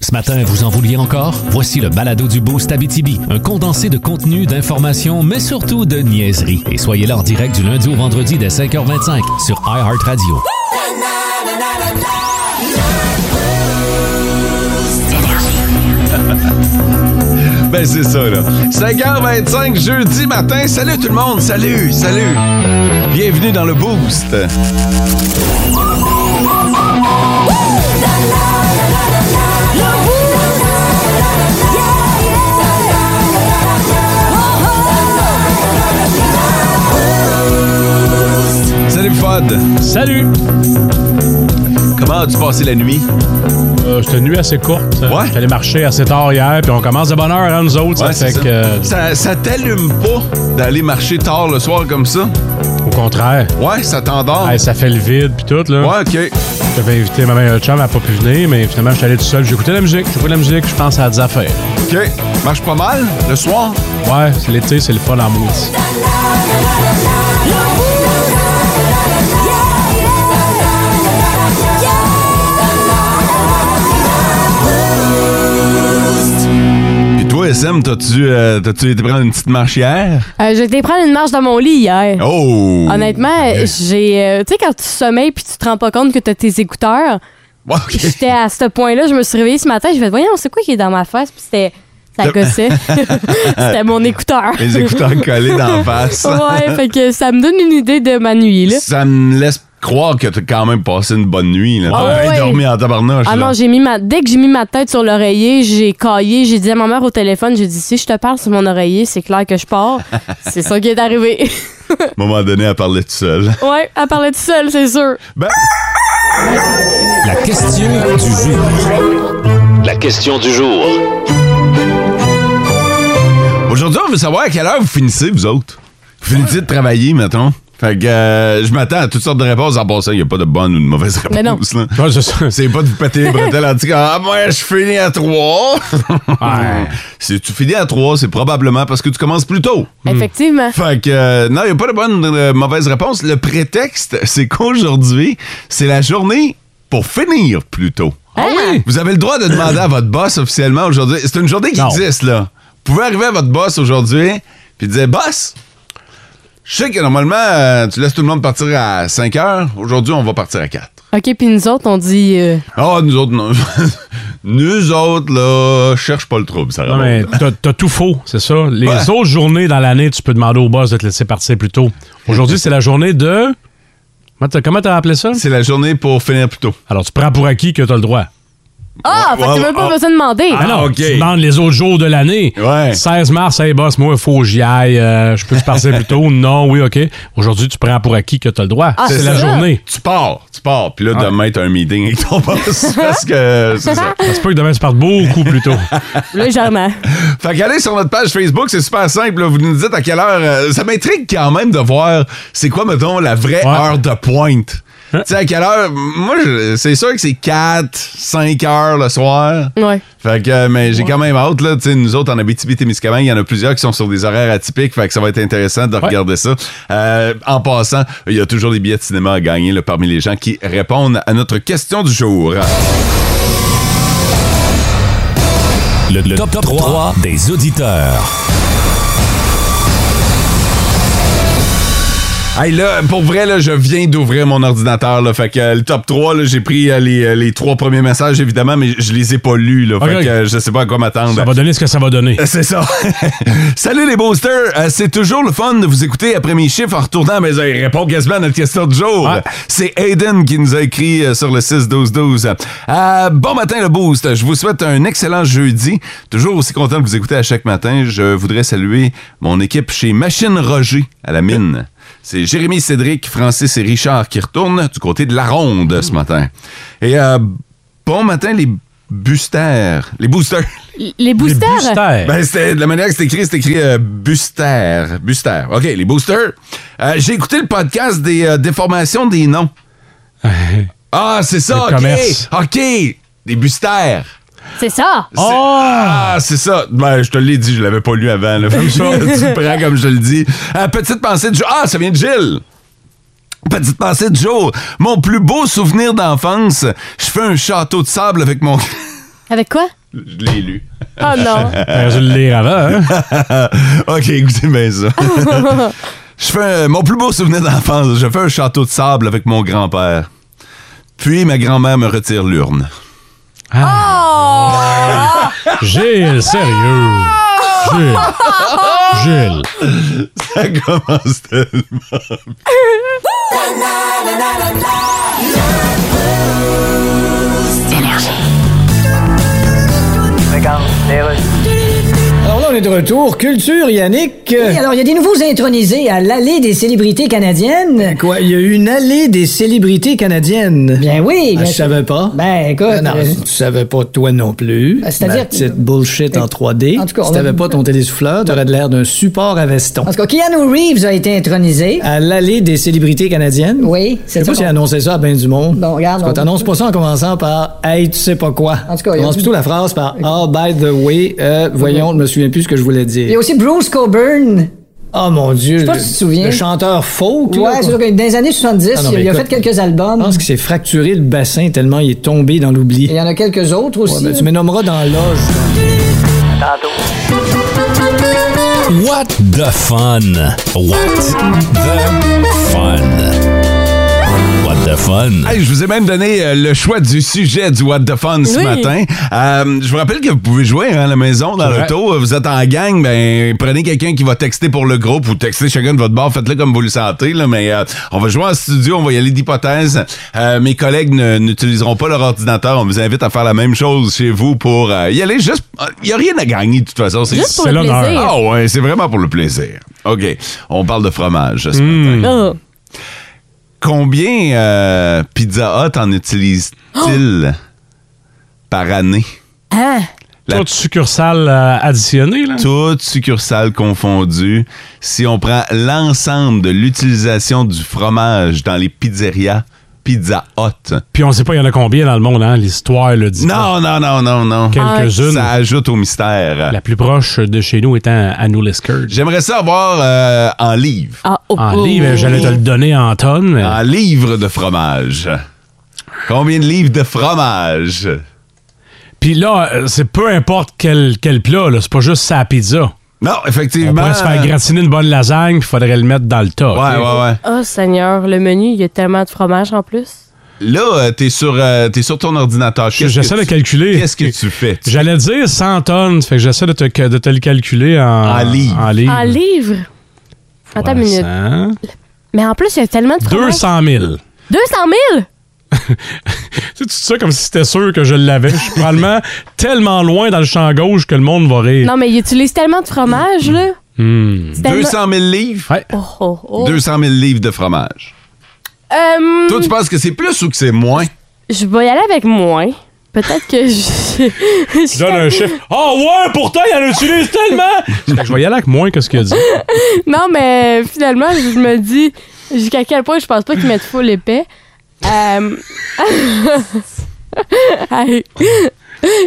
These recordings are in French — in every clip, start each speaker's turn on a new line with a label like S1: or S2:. S1: Ce matin, vous en vouliez encore? Voici le balado du Boost Abitibi, un condensé de contenu, d'informations, mais surtout de niaiseries. Et soyez là en direct du lundi au vendredi dès 5h25 sur iHeartRadio.
S2: Ben c'est ça là. 5h25 jeudi matin. Salut tout le monde. Salut, salut. Bienvenue dans le boost. Salut Fod.
S3: Salut!
S2: Comment as-tu passé la nuit?
S3: Euh, C'était une nuit assez courte.
S2: Ouais.
S3: J'allais marcher assez tard hier, puis on commence de bonne heure, hein, nous autres.
S2: Ouais,
S3: ça
S2: c'est
S3: fait que, euh,
S2: ça, ça t'allume pas d'aller marcher tard le soir comme ça?
S3: au contraire,
S2: Ouais, ça t'endort.
S3: hey, ça fait le vide, puis tout, là.
S2: Ah. Ouais, ok.
S3: J'avais invité ma meilleure chum, elle n'a pas pu venir, mais finalement, je suis allé tout seul. J'écoutais la musique, j'écoutais la musique, je pense à des affaires.
S2: Ok. Marche pas mal le soir?
S3: Ouais, c'est l'été, c'est le fun en mousse.
S2: Puis toi, SM, t'as-tu euh, t'as-tu été prendre une petite marche hier?
S4: Euh, J'ai été prendre une marche dans mon lit hier.
S2: Oh!
S4: Honnêtement, j'ai. euh, tu sais, quand tu sommeilles puis tu te rends pas compte que t'as tes écouteurs,
S2: Ouais, ok.
S4: j'étais à ce point-là, je me suis réveillée ce matin, je vais voyons, c'est quoi qui est dans ma face? Puis c'était. Ça gossait. c'était mon écouteur.
S2: Les écouteurs collés d'en face.
S4: ouais, fait que ça me donne une idée de ma nuit, là.
S2: Ça me laisse croire que t'as quand même passé une bonne nuit. Là.
S4: Ah
S2: T'as bien
S4: ouais.
S2: dormi en tabarnouche.
S4: Ah
S2: là.
S4: non, j'ai mis ma... dès que j'ai mis ma tête sur l'oreiller, j'ai caillé, j'ai dit à ma mère au téléphone, j'ai dit si je te parle sur mon oreiller, c'est clair que je pars. c'est ça qui est arrivé.
S2: À un moment donné, elle parlait toute seule.
S4: ouais, elle parlait toute seule, c'est sûr.
S2: Ben,
S1: La question du jour.
S5: La question du jour.
S2: aujourd'hui, on veut savoir à quelle heure vous finissez, vous autres. Vous finissez de travailler, mettons. Fait que euh, je m'attends à toutes sortes de réponses en passant. Il n'y a pas de bonne ou de mauvaise réponse.
S4: Mais non.
S2: là.
S3: Ouais, c'est ça.
S2: C'est pas de vous péter les bretelles en disant Ah, moi, je finis à 3.
S3: Ouais.
S2: si tu finis à 3, c'est probablement parce que tu commences plus tôt.
S4: Effectivement.
S2: Fait que, euh, non, il n'y a pas de bonne euh, mauvaise réponse. Le prétexte, c'est qu'aujourd'hui, c'est la journée pour finir plus tôt.
S3: Ah oui?
S2: Vous avez le droit de demander à votre boss officiellement aujourd'hui. C'est une journée qui
S3: Non.
S2: existe, là. Vous pouvez arriver à votre boss aujourd'hui puis dire Boss, je sais que normalement, euh, tu laisses tout le monde partir à 5 heures. Aujourd'hui, on va partir à 4.
S4: OK, puis nous autres, on dit. euh,
S2: Ah, nous autres, non. nous autres, là, cherche pas le trouble, ça
S3: Non, mais t'as- t'as tout faux, c'est ça. Les
S2: Ouais.
S3: autres journées dans l'année, tu peux demander au boss de te laisser partir plus tôt. Aujourd'hui, c'est la journée de. Comment t'as- Comment t'as appelé ça?
S2: C'est la journée pour finir plus tôt.
S3: Alors, tu prends pour acquis que t'as le droit.
S4: Ah, fait que t'as même pas
S2: ouais.
S4: besoin de demander.
S3: Ah non,
S2: ok.
S3: tu demandes les autres jours de l'année.
S2: Ouais.
S3: 16 mars, hey boss, moi, il faut que j'y aille. euh, je peux te passer plus tôt. Non, oui, OK. Aujourd'hui, tu prends pour acquis que tu as le droit.
S4: Ah,
S3: c'est
S4: c'est
S3: la
S4: ça.
S3: journée.
S2: Tu pars, tu pars. Puis là, demain, t'as un meeting avec ton boss. parce que c'est ça.
S3: Ça se peut que demain, tu partes beaucoup plus tôt.
S4: Légèrement.
S2: Fait qu'allez sur notre page Facebook, c'est super simple. là. Vous nous dites à quelle heure. euh, ça m'intrigue quand même de voir c'est quoi, mettons, la vraie
S3: Ouais. Hein?
S2: heure de pointe. Tu sais, à quelle heure. Moi, je- c'est sûr que c'est 4, 5 heures le soir.
S4: Ouais.
S2: Fait que, euh, mais j'ai quand même hâte, là. Tu sais, nous autres, en Abitibi-Témiscamingue, il y en a plusieurs qui sont sur des horaires atypiques. Fait que ça va être intéressant de regarder ça. Euh, en passant, il y a toujours des billets de cinéma à gagner, là, parmi les gens qui répondent à notre question du jour.
S1: Le, le top, 3 des auditeurs.
S2: Hey là, pour vrai, là, je viens d'ouvrir mon ordinateur. Là, fait que euh, le top 3, là, j'ai pris euh, les, euh, les trois premiers messages, évidemment, mais je les ai pas lus. Là, Fait
S3: Ok.
S2: que euh, je sais pas à quoi m'attendre.
S3: ça va donner ce que ça va donner.
S2: Euh, C'est ça. Salut les boosters. Euh, c'est toujours le fun de vous écouter après mes chiffres en retournant à mes heures. Réponds quasiment à notre question du jour.
S3: Ouais.
S2: C'est Aiden qui nous a écrit euh, sur le 6-12-12. Euh, bon matin le boost. Je vous souhaite un excellent jeudi. Toujours aussi content de vous écouter à chaque matin. Je voudrais saluer mon équipe chez Machine Roger à la mine. C'est Jérémy Cédric, Francis et Richard qui retournent du côté de la ronde ce matin. Et euh, bon matin les boosters. Les boosters.
S4: Les
S3: Les
S4: boosters?
S3: boosters.
S2: Ben, c'était de la manière que c'est écrit, c'est écrit euh, Buster. Buster. OK, les boosters. Euh, J'ai écouté le podcast des euh, déformations des noms. Ah, c'est ça,
S3: Le
S2: OK.
S3: commerce.
S2: OK. Des busters.
S4: c'est ça.
S2: C'est-
S3: Oh!
S2: Ah, c'est ça. Ben, je te l'ai dit, je l'avais pas lu avant. là. Fait que tu me prends comme je le dis. Euh, petite pensée de jour. Ah, ça vient de Gilles. Petite pensée de jour. Mon plus beau souvenir d'enfance, je fais un château de sable avec mon...
S4: Avec quoi?
S2: Je l'ai lu.
S4: Oh non.
S3: Ben, je le lire avant, hein?
S2: ok, écoutez bien ça. je fais un- mon plus beau souvenir d'enfance. Je fais un château de sable avec mon grand-père. Puis ma grand-mère me retire l'urne. euh,
S3: Ah. Gilles, sérieux. Gilles. Gilles.
S2: Ça commence tellement.
S6: Alors là, on est de retour. Culture, Yannick.
S7: Oui, alors il y a des nouveaux intronisés à l'allée des célébrités canadiennes.
S6: Quoi, il y a une allée des célébrités canadiennes.
S7: Bien oui.
S6: Ah,
S7: bien
S6: je
S7: sûr.
S6: savais pas.
S7: Ben écoute.
S6: Ah non,
S7: euh,
S6: tu savais pas toi non plus.
S7: Ben, c'est-à-dire
S6: Ma petite bullshit en 3D.
S7: En tout cas, on
S6: si
S7: va-
S6: t'avais pas ton télésouffleur, t'aurais de l'air d'un support à veston.
S7: en tout cas, Keanu Reeves a été intronisé.
S6: À l'allée des célébrités canadiennes.
S7: Oui, c'est
S6: Je sais pas
S7: ça.
S6: si annoncé ça à ben du monde.
S7: Bon, regarde,
S6: Parce qu'on
S7: on-
S6: t'annonce pas ça en commençant par Hey, tu sais pas quoi.
S7: En tout cas, il y a-
S6: Commence plutôt la phrase par Oh, by the way, euh, voyons, je me souviens plus ce que je voulais
S7: Il y a
S6: dire.
S7: aussi Bruce Coburn.
S6: Oh mon Dieu.
S7: sais pas
S6: le-
S7: si tu te souviens.
S6: Le chanteur folk,
S7: Ouais,
S6: là,
S7: c'est
S6: quoi.
S7: sûr que dans les années 70,
S6: Ah non,
S7: il a-
S6: mais
S7: il a fait
S6: écoute,
S7: quelques albums.
S6: Je pense qu'il s'est fracturé le bassin tellement il est tombé dans l'oubli.
S7: Il y en a quelques autres
S6: Ouais,
S7: aussi.
S6: ben, tu me nommeras dans l'âge.
S1: What the fun? What the fun? What the fun?
S2: Hey, je vous ai même donné euh, le choix du sujet du What the Fun ce
S4: Oui.
S2: matin. Euh, je vous rappelle que vous pouvez jouer hein, à la maison, dans
S3: Ouais.
S2: l'auto. Vous êtes en gang, ben prenez quelqu'un qui va texter pour le groupe ou textez chacun de votre bord. Faites-le comme vous le sentez. Là, mais euh, on va jouer en studio, on va y aller d'hypothèse. Euh, mes collègues ne- n'utiliseront pas leur ordinateur. On vous invite à faire la même chose chez vous pour euh, y aller. Juste, il n'y a rien à gagner de toute façon. C'est
S4: Juste pour
S3: c'est
S4: le
S3: l'honneur.
S4: plaisir.
S2: ah ouais, c'est vraiment pour le plaisir. OK, on parle de fromage. ce matin.
S3: Ah,
S4: Oh.
S2: Combien euh, Pizza Hut en utilise-t-il par année?
S4: Hein?
S2: La-
S3: Toute succursale euh, additionnée, là.
S2: Toutes succursales confondues. Si on prend l'ensemble de l'utilisation du fromage dans les pizzerias, Pizza Hut.
S3: Puis on sait pas, il y en a combien dans le monde, hein? L'histoire le dit. pas.
S2: Non, non, non, non, non.
S3: Quelques-unes.
S2: Ça ajoute au mystère.
S3: La plus proche de chez nous étant Anoulis Curd.
S2: J'aimerais ça avoir euh, en livre.
S4: Ah, oh,
S3: En
S4: oh.
S3: livre, j'allais te le donner en tonnes. mais-
S2: En livre de fromage. Combien de livres de fromage?
S3: Puis là, euh, c'est peu importe quel, quel plat, là, c'est pas juste sa pizza.
S2: Non,
S3: On
S2: effectivement.
S3: pourrait se faire gratiner une bonne lasagne, puis faudrait le mettre dans le tas.
S2: Ouais,
S3: ok?
S2: ouais, ouais.
S4: Oh, Seigneur, le menu, il y a tellement de fromage en plus.
S2: Là, euh, t'es sur, euh, t'es sur ton ordinateur. Qu'est-ce que
S3: J'essaie de
S2: tu-
S3: calculer.
S2: Qu'est-ce que tu fais?
S3: J'allais dire 100 tonnes, fait que j'essaie de te, de te le calculer en,
S2: En livres.
S3: En livres.
S4: En Ah, livre? Attends une minute.
S3: 300.
S4: Mais en plus, il y a tellement de fromage.
S3: 200 000.
S4: 200 000?
S3: Tu sais, tu dis ça comme si c'était sûr que je l'avais. Je suis probablement tellement loin dans le champ gauche que le monde va rire.
S4: Non, mais il utilise tellement de fromage, là.
S3: Hmm.
S4: C'est tellement-
S2: 200 000 livres?
S3: Ouais.
S4: Oh, oh, oh.
S2: 200 000 livres de fromage.
S4: Euh,
S2: Toi, tu penses que c'est plus ou que c'est moins?
S4: Je vais y aller avec moins. Peut-être que je...
S3: Tu donnes un chiffre. Oh ouais, pourtant, il en utilise tellement! Fait que je vais y aller avec moins que ce qu'il a dit.
S4: Non, mais finalement, je me dis jusqu'à quel point je pense pas qu'ils mettent full épais. Euh... Hey.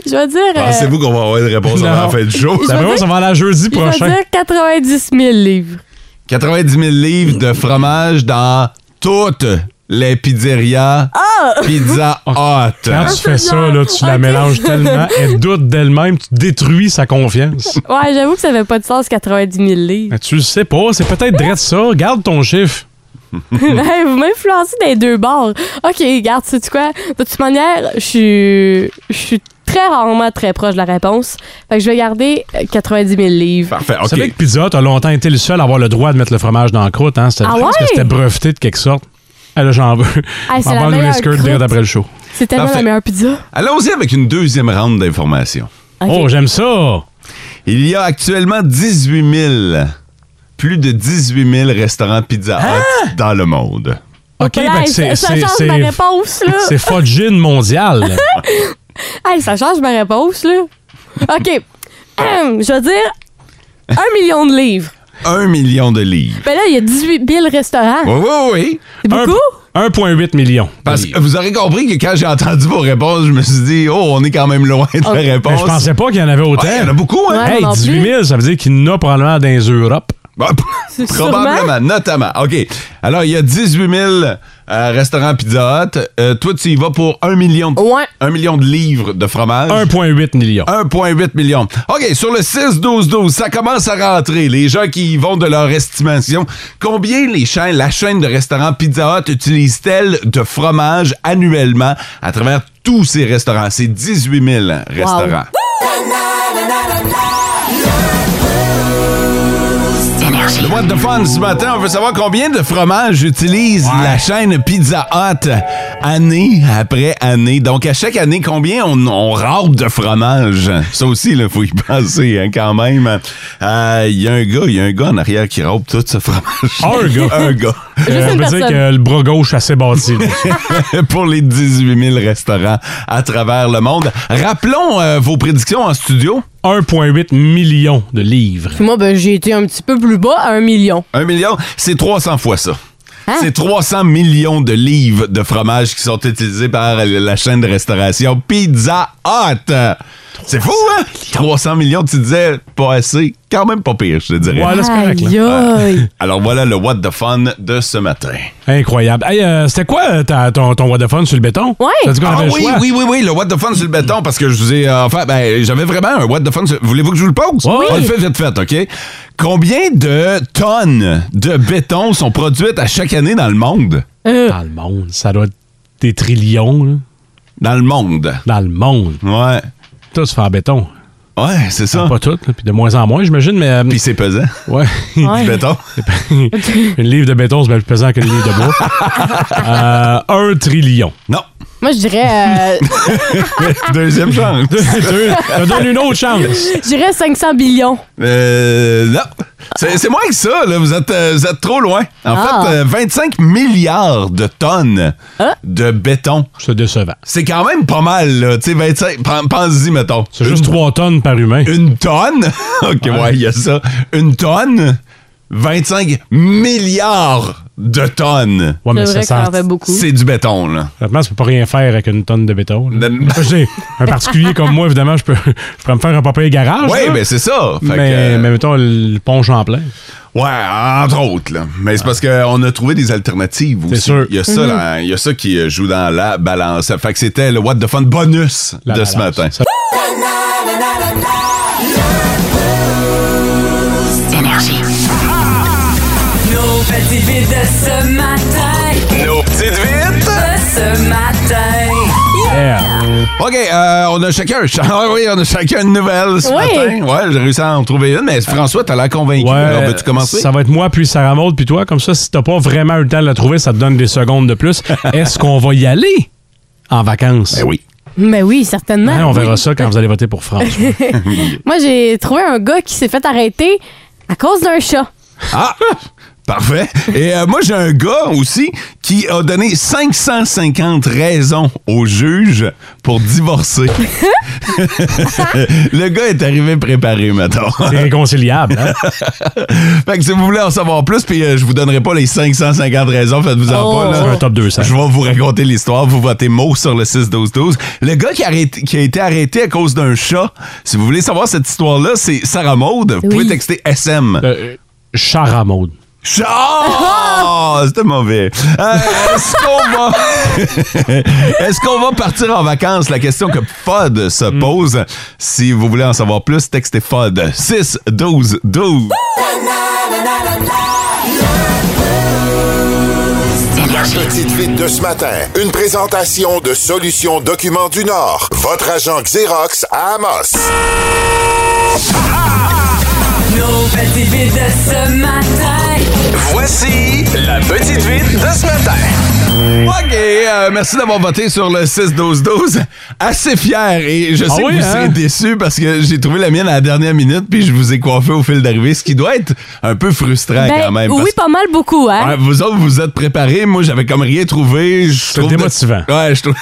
S4: je vais dire...
S3: Ah,
S4: euh,
S2: Pensez-vous qu'on va avoir une réponse
S3: non.
S2: avant la fin du show?
S4: Je
S3: Ça
S4: vais
S3: va,
S4: dire-
S3: ça va aller à jeudi
S4: je vais
S3: prochain.
S4: dire 90 000 livres.
S2: 90 000 livres de fromage dans toutes les pizzerias
S4: Oh!
S2: Pizza
S3: Oh.
S2: Hut.
S3: Quand tu fais ça, là, tu la
S4: Ok.
S3: mélanges tellement, elle doute d'elle-même, tu détruis sa confiance.
S4: Ouais, j'avoue que ça fait pas de sens, 90 000 livres.
S3: Mais tu le sais pas, c'est peut-être dresse ça. Garde ton chiffre.
S4: Hey, vous m'influencez des deux bords. OK, regarde, sais-tu quoi? De toute manière, je suis- je suis très rarement très proche de la réponse. Fait que je vais garder euh, 90 000 livres.
S2: Parfait,
S3: Tu savais
S2: OK.
S3: que Pizza Hut a longtemps été le seul à avoir le droit de mettre le fromage dans la croûte, hein? C'était,
S4: Ah
S3: parce
S4: ouais?
S3: que c'était breveté de quelque sorte. Ah, là, j'en veux.
S4: Hey, c'est
S3: On
S4: la
S3: va
S4: meilleure
S3: skirt direct
S4: croûte.
S3: après le show.
S4: C'est tellement
S2: Parfait.
S4: la meilleure pizza.
S2: Allons-y avec une deuxième ronde d'informations.
S4: OK.
S3: Oh, j'aime ça!
S2: Il y a actuellement 18 000, plus de 18 000 restaurants Pizza
S4: Hein?
S2: Hut dans le monde.
S3: OK,
S4: Hey,
S3: fait que c'est,
S4: ça, ça
S3: c'est,
S4: change
S3: c'est,
S4: ma réponse, là.
S3: c'est fudgine mondiale.
S4: Hey, ça change ma réponse, là. OK. Hum, je vais dire 1 million de livres.
S2: Un million de livres.
S4: Ben là, il y a 18 000 restaurants.
S2: Oui, oui, oui.
S4: C'est
S3: Un-
S4: beaucoup?
S3: 1,8 million.
S2: Parce
S3: Mais
S2: que vous aurez compris que quand j'ai entendu vos réponses, je me suis dit, oh, on est quand même loin de la
S4: Ok.
S2: réponse.
S3: je pensais pas qu'il y en avait autant.
S2: Ouais, il y en a beaucoup, hein?
S4: Ouais.
S3: Hey,
S4: non plus.
S3: 18 000, ça veut dire qu'il y en a probablement dans les Europe.
S2: Bah,
S4: C'est
S2: Probablement, notamment. OK. Alors, il y a 18 000 euh, restaurants Pizza Hut. Euh, toi, tu y vas pour 1 million de,
S4: Ouais.
S2: 1 million de livres de fromage.
S3: 1,8
S4: Ah,
S3: million.
S2: 1,8 million. OK, sur le 6-12-12, ça commence à rentrer. Les gens qui y vont de leur estimation. Combien les chaînes, la chaîne de restaurants Pizza Hut utilise-t-elle de fromage annuellement à travers tous ces restaurants? C'est 18 000 restaurants. Le What the Fun ce matin, on veut savoir combien de fromage utilise la chaîne Pizza Hut année après année. Donc, à chaque année, combien on, on râpe de fromage? Ça aussi, il faut y penser hein, quand même. Euh, Il y a un gars, il y a un gars en arrière qui râpe tout ce fromage.
S3: Un gars.
S2: un gars.
S3: Euh, on
S4: une
S3: peut dire
S4: personne.
S3: que le bras gauche est assez bâti.
S2: pour les 18 000 restaurants à travers le monde. Rappelons euh, vos prédictions en studio.
S3: 1,8 million de livres.
S4: Puis moi, ben, j'ai été un petit peu plus bas, à un million.
S2: Un million, c'est 300 fois ça.
S4: Hein?
S2: C'est 300 millions de livres de fromage qui sont utilisés par la chaîne de restauration Pizza Hut. C'est fou, hein? 300 millions, tu disais pas assez. Quand même pas pire, je te dirais.
S3: Ouais, Ah, là, c'est correct, là.
S4: Aïe, aïe.
S2: Alors voilà le What the Fun de ce matin.
S3: Incroyable. Hey, euh, c'était quoi euh, ta- ton, ton what the fun sur le béton?
S4: Ouais.
S3: T'as dit qu'on
S2: Ah
S3: avait le
S2: oui,
S3: ben, choix?
S2: oui, oui, oui, le What the Fun sur le béton, parce que je vous ai. euh, enfin, ben, j'avais vraiment un What the Fun. sur- Voulez-vous que je vous le pose?
S3: Oui.
S2: On le fait vite fait, OK? Combien de tonnes de béton sont produites à chaque année dans le monde?
S4: Euh,
S3: Dans le monde, ça doit être des trillions. là.
S2: Dans le monde.
S3: Dans le monde.
S2: Ouais.
S3: Tout se fait en béton.
S2: Ouais, c'est
S4: Ah.
S2: ça.
S3: Pas tout, là, puis de moins en moins, j'imagine, mais... euh,
S2: Puis c'est pesant.
S3: ouais.
S2: Du
S4: Ouais.
S3: ben
S2: béton.
S3: Une livre de béton, c'est bien plus pesant qu'une livre de bois. Euh, un trillion.
S2: Non.
S4: moi, je dirais, euh,
S3: Ah.
S2: Deuxième chance.
S3: Deux, Ça donne une autre chance.
S4: je dirais 500 billions.
S2: Euh, non. C'est c'est moins que ça, là. Vous êtes, euh, vous êtes trop loin. En
S4: Ah.
S2: fait, euh, 25 milliards de tonnes de béton.
S3: C'est décevant.
S2: C'est quand même pas mal, là. Tu sais, 25. pen- Pense-y, mettons.
S3: C'est juste 3 tonnes par humain.
S2: Une tonne. OK, ouais, il y a ça. Une tonne. 25 milliards de tonnes.
S3: Ouais,
S4: c'est
S3: mais ça
S4: vrai que ça en
S3: sent...
S4: fait beaucoup.
S2: C'est du béton, là.
S3: Honnêtement, tu peux pas rien faire avec une tonne de béton. là.
S2: Ben-
S3: Je sais, un particulier comme moi, évidemment, je peux, je pourrais me faire un papier garage.
S2: Oui,
S3: là.
S2: ben c'est ça. Fait que,
S3: mais,
S2: euh,
S3: mais mettons le pont Champlain.
S2: Ouais, entre autres, là. Mais c'est parce qu'on a trouvé des alternatives aussi.
S3: sûr.
S2: Il y a ça, là, il y a ça qui euh, joue dans la balance. Fait que c'était le What the Fun bonus
S3: la
S2: de ce
S3: balance.
S2: matin.
S3: Ça-
S8: Nos petites vites de ce matin,
S2: Nos petites vites!
S8: de ce matin.
S3: Yeah.
S2: OK, euh, on a chacun un chan- Ah oui, on a chacun une nouvelle ce
S4: Oui.
S2: matin. Ouais, j'ai réussi à en trouver une, mais François, t'as l'air convaincu.
S3: Ouais,
S2: Alors, veux-tu commencer?
S3: ça va être moi, puis Sarah Maud, puis toi. Comme ça, si t'as pas vraiment eu le temps de la trouver, ça te donne des secondes de plus. Est-ce qu'on va y aller en vacances?
S2: Ben oui.
S4: Mais oui, certainement.
S3: Hein, on
S4: Ben Oui.
S3: verra ça quand vous allez voter pour François.
S4: Moi, j'ai trouvé un gars qui s'est fait arrêter à cause d'un chat.
S2: Ah! Parfait. Et euh, moi, j'ai un gars aussi qui a donné 550 raisons au juge pour divorcer. le gars est arrivé préparé, maintenant.
S3: C'est réconciliable. hein?
S2: Fait que si vous voulez en savoir plus, puis euh, je vous donnerai pas les 550 raisons, faites-vous en
S4: Oh.
S2: pas. Là.
S3: C'est un top 200.
S2: Je vais vous raconter l'histoire, vous votez mot sur le 6-12-12. Le gars qui a, arrêté- qui a été arrêté à cause d'un chat, si vous voulez savoir cette histoire-là, c'est Sarah Maud. Vous pouvez
S4: Oui.
S2: texter SM.
S3: Euh, Sarah Maud.
S2: Chat! Oh, C'était mauvais. Euh, Est-ce qu'on va... Est-ce qu'on va partir en vacances? La question que FOD se
S3: Mm.
S2: pose. Si vous voulez en savoir plus, textez FOD 6-12-12.
S9: Petite vite de ce matin, une présentation de Solutions Documents du Nord, votre agent Xerox à Amos.
S8: Nos petites vites de ce matin,
S2: Voici la petite vite de ce matin. OK, euh, merci d'avoir voté sur le 6-12-12. Assez fier et je sais
S3: Ah
S2: que
S3: oui,
S2: vous
S3: hein?
S2: serez déçus parce que j'ai trouvé la mienne à la dernière minute puis je vous ai coiffé au fil d'arrivée, ce qui doit être un peu frustrant
S4: Ben,
S2: quand même.
S4: oui,
S2: parce que-
S4: pas mal beaucoup, hein?
S2: Ouais, vous autres, vous êtes préparés. Moi, j'avais comme rien trouvé. Je trouve de-
S3: démotivant.
S2: Ouais, je trouve.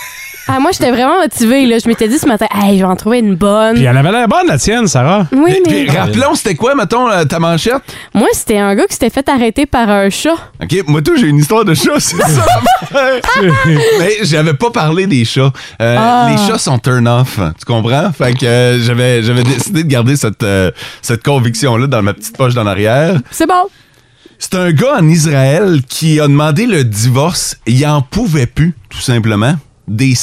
S4: Ah, moi, j'étais vraiment motivée. Là. Je m'étais dit ce matin, hey, je vais en trouver une bonne.
S3: Puis elle avait l'air bonne, la tienne, Sarah.
S4: oui,
S2: Puis-
S4: mais
S2: puis rappelons, c'était quoi, mettons, euh, ta manchette?
S4: moi, c'était un gars qui s'était fait arrêter par un chat.
S2: OK, moi, tout, j'ai une histoire de chat, c'est ça. Mais j'avais pas parlé des chats. Euh,
S4: Ah.
S2: Les chats sont turn-off, tu comprends? Fait que euh, j'avais, j'avais décidé de garder cette, euh, cette conviction-là dans ma petite poche d'en arrière.
S4: C'est bon.
S2: C'est un gars en Israël qui a demandé le divorce. Il en pouvait plus, tout simplement, des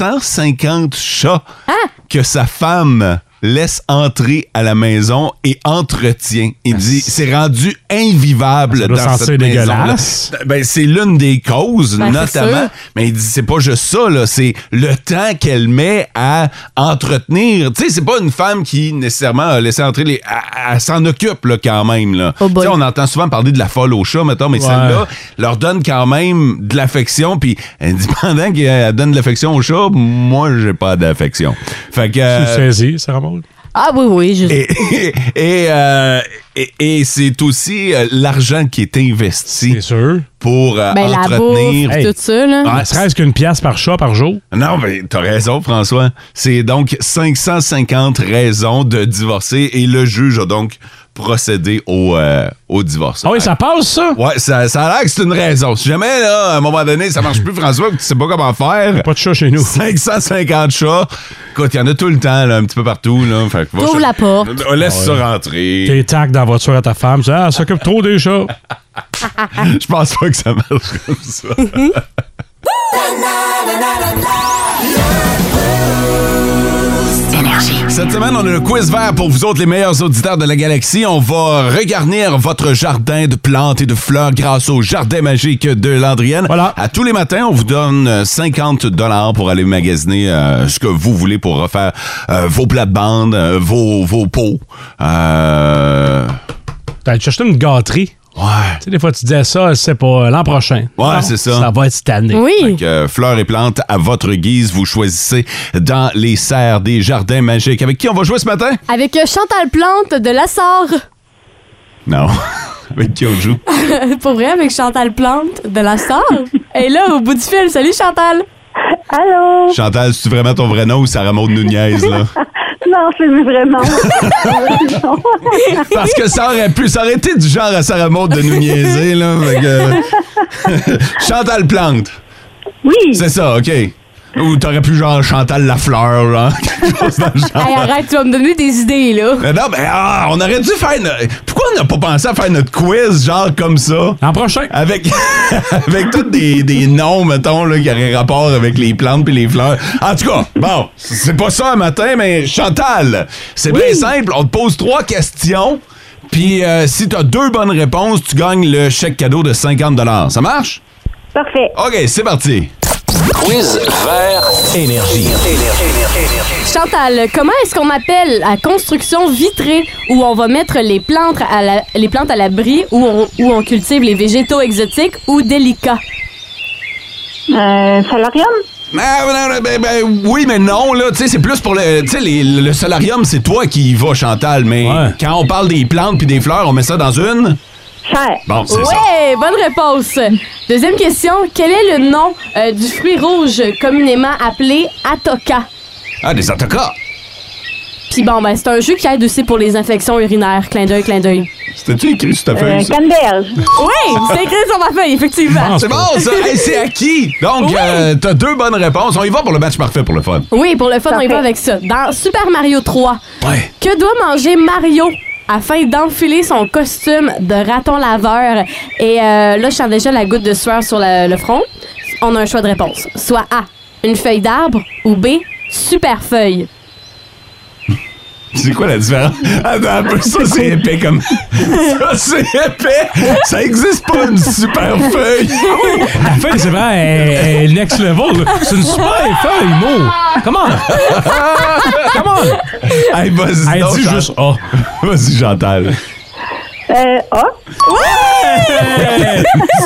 S2: 550 chats
S4: Ah!
S2: que sa femme laisse entrer à la maison et entretient. Il dit, c'est rendu invivable
S3: Ah, Ça doit
S2: dans
S3: sentir
S2: cette maison
S3: dégueulasse.
S2: ben, c'est l'une des causes,
S4: Ben, c'est
S2: notamment.
S4: sûr.
S2: Mais il dit, c'est pas juste ça, là. C'est le temps qu'elle met à entretenir. Tu sais, c'est pas une femme qui, nécessairement, a laissé entrer les. Elle, elle s'en occupe, là, quand même, là.
S4: Oh boy.
S2: Tu sais, on entend souvent parler de la folle au chat, mettons, mais
S3: Ouais.
S2: celle-là leur donne quand même de l'affection. Puis, indépendant qu'elle donne de l'affection au chat, moi, j'ai pas d'affection. Fait que.
S3: Tu
S2: euh,
S3: le saisis, Sarah Maud.
S4: Ah oui, oui, je...
S2: et, et, euh, et- et c'est aussi euh, l'argent qui est investi
S3: C'est sûr.
S2: pour euh,
S4: ben, la
S2: entretenir. Ah,
S4: bouffe,
S3: Hey.
S4: tout ça, là.
S3: Ne serait-ce qu'une pièce par chat par jour.
S2: Non, mais t'as raison, François. C'est donc 550 raisons de divorcer et le juge a donc procédé au, euh, au divorce.
S3: Ah oui, ça passe, ça?
S2: Ouais, ça, ça a l'air que c'est une raison. Si jamais, là, à un moment donné, ça marche plus, François, que tu sais pas comment faire.
S3: Pas de chat chez nous.
S2: 550 chats. Écoute, il y en a tout le temps, là, un petit peu partout. Là. Fait que va
S4: T'ouvres
S2: cher-
S4: la porte.
S2: Laisse ça rentrer.
S3: Ah T'es tac dans la voiture à ta femme. Tu dis, ah, elle s'occupe trop des chats.
S2: Je pense pas que ça marche comme ça. Cette semaine, on a le quiz vert pour vous autres, les meilleurs auditeurs de la galaxie. On va regarnir votre jardin de plantes et de fleurs grâce au jardin magique de Landrienne.
S3: Voilà.
S2: À tous les matins, on vous donne euh, 50 dollars pour aller magasiner euh, ce que vous voulez pour refaire euh, vos plates-bandes, euh, vos, vos pots. Euh,
S3: T'as cherché une gâterie.
S2: Ouais.
S3: Tu sais, des fois, tu disais ça, c'est pas euh, l'an prochain.
S2: Ouais,
S3: Non,
S2: c'est ça.
S3: Ça va être cette année.
S4: Oui.
S2: Donc, euh, fleurs et plantes à votre guise, vous choisissez dans les serres des jardins magiques. Avec qui on va jouer ce matin?
S4: Avec euh, Chantal Plante de la Sarre.
S2: Non. Avec qui on joue?
S4: Pour vrai, avec Chantal Plante de la Sarre. Et là, au bout du fil, salut Chantal.
S10: Allô?
S2: Chantal, c'est vraiment ton vrai nom ou Sarah Maud Nunez, là?
S10: Non, c'est vraiment.
S2: Parce que ça aurait pu, ça aurait été du genre à Sarah Maud de nous niaiser, là. fait que- Chantal Plante,
S10: Oui,
S2: c'est ça, OK. Ou t'aurais pu genre Chantal Lafleur, genre, quelque chose dans le genre.
S4: Hey, arrête, tu vas me donner des idées, là.
S2: Mais non, mais ah, on aurait dû faire... no- Pourquoi on n'a pas pensé à faire notre quiz, genre, comme ça?
S3: L'an prochain.
S2: Avec, avec tous des, des noms, mettons, là, qui auraient rapport avec les plantes puis les fleurs. En tout cas, bon, c'est pas ça un matin, mais Chantal, c'est bien simple. On te pose trois questions, puis euh, si t'as deux bonnes réponses, tu gagnes le chèque cadeau de 50 Ça marche?
S10: parfait.
S2: OK, c'est parti.
S5: Quiz vert énergie.
S4: Chantal, comment est-ce qu'on appelle la construction vitrée où on va mettre les plantes à la- les plantes à l'abri, où on, où on cultive les végétaux exotiques ou délicats?
S10: Euh, salarium?
S2: Ben, ben, ben, ben, oui, mais non, là, tu sais, c'est plus pour le. Tu sais, les- le solarium, c'est toi qui y vas, Chantal, mais
S3: Ouais.
S2: quand on parle des plantes puis des fleurs, on met ça dans une.
S10: Cher.
S2: Bon, c'est ça.
S4: Ouais, bonne réponse. Deuxième question, quel est le nom euh, du fruit rouge communément appelé atoka?
S2: Ah, des autocars.
S4: Puis bon, ben, c'est un jeu qui aide aussi pour les infections urinaires. Clin d'œil, clin d'œil.
S2: C'était-tu écrit sur ta
S10: Euh,
S2: feuille, ça?
S10: canneberge.
S4: Oui, c'est écrit sur ma feuille, effectivement.
S2: C'est bon, ça! Hey, c'est acquis! Donc, euh, t'as deux bonnes réponses. On y va pour le match parfait pour le fun.
S4: Oui, pour le fun, on y
S10: Parfait.
S4: va avec ça. Dans Super Mario 3,
S2: Ouais.
S4: que doit manger Mario afin d'enfiler son costume de raton laveur? Et euh, là, je sens déjà la goutte de sueur sur la- le front. On a un choix de réponse. Soit A, une feuille d'arbre, ou B, super feuille.
S2: C'est quoi la différence? Attends un peu, ça c'est épais comme. Ça c'est épais! Ça existe pas une super feuille!
S3: Ah La feuille, c'est vrai, elle- elle est next level. là. C'est une super feuille, Mo. Comment? Comment?
S2: Hey, vas-y,
S3: Elle
S2: donc,
S3: dit Ah,
S2: Chantal.
S3: juste Ah.
S2: Vas-y, Chantal.
S10: Euh, A.
S2: Ouais!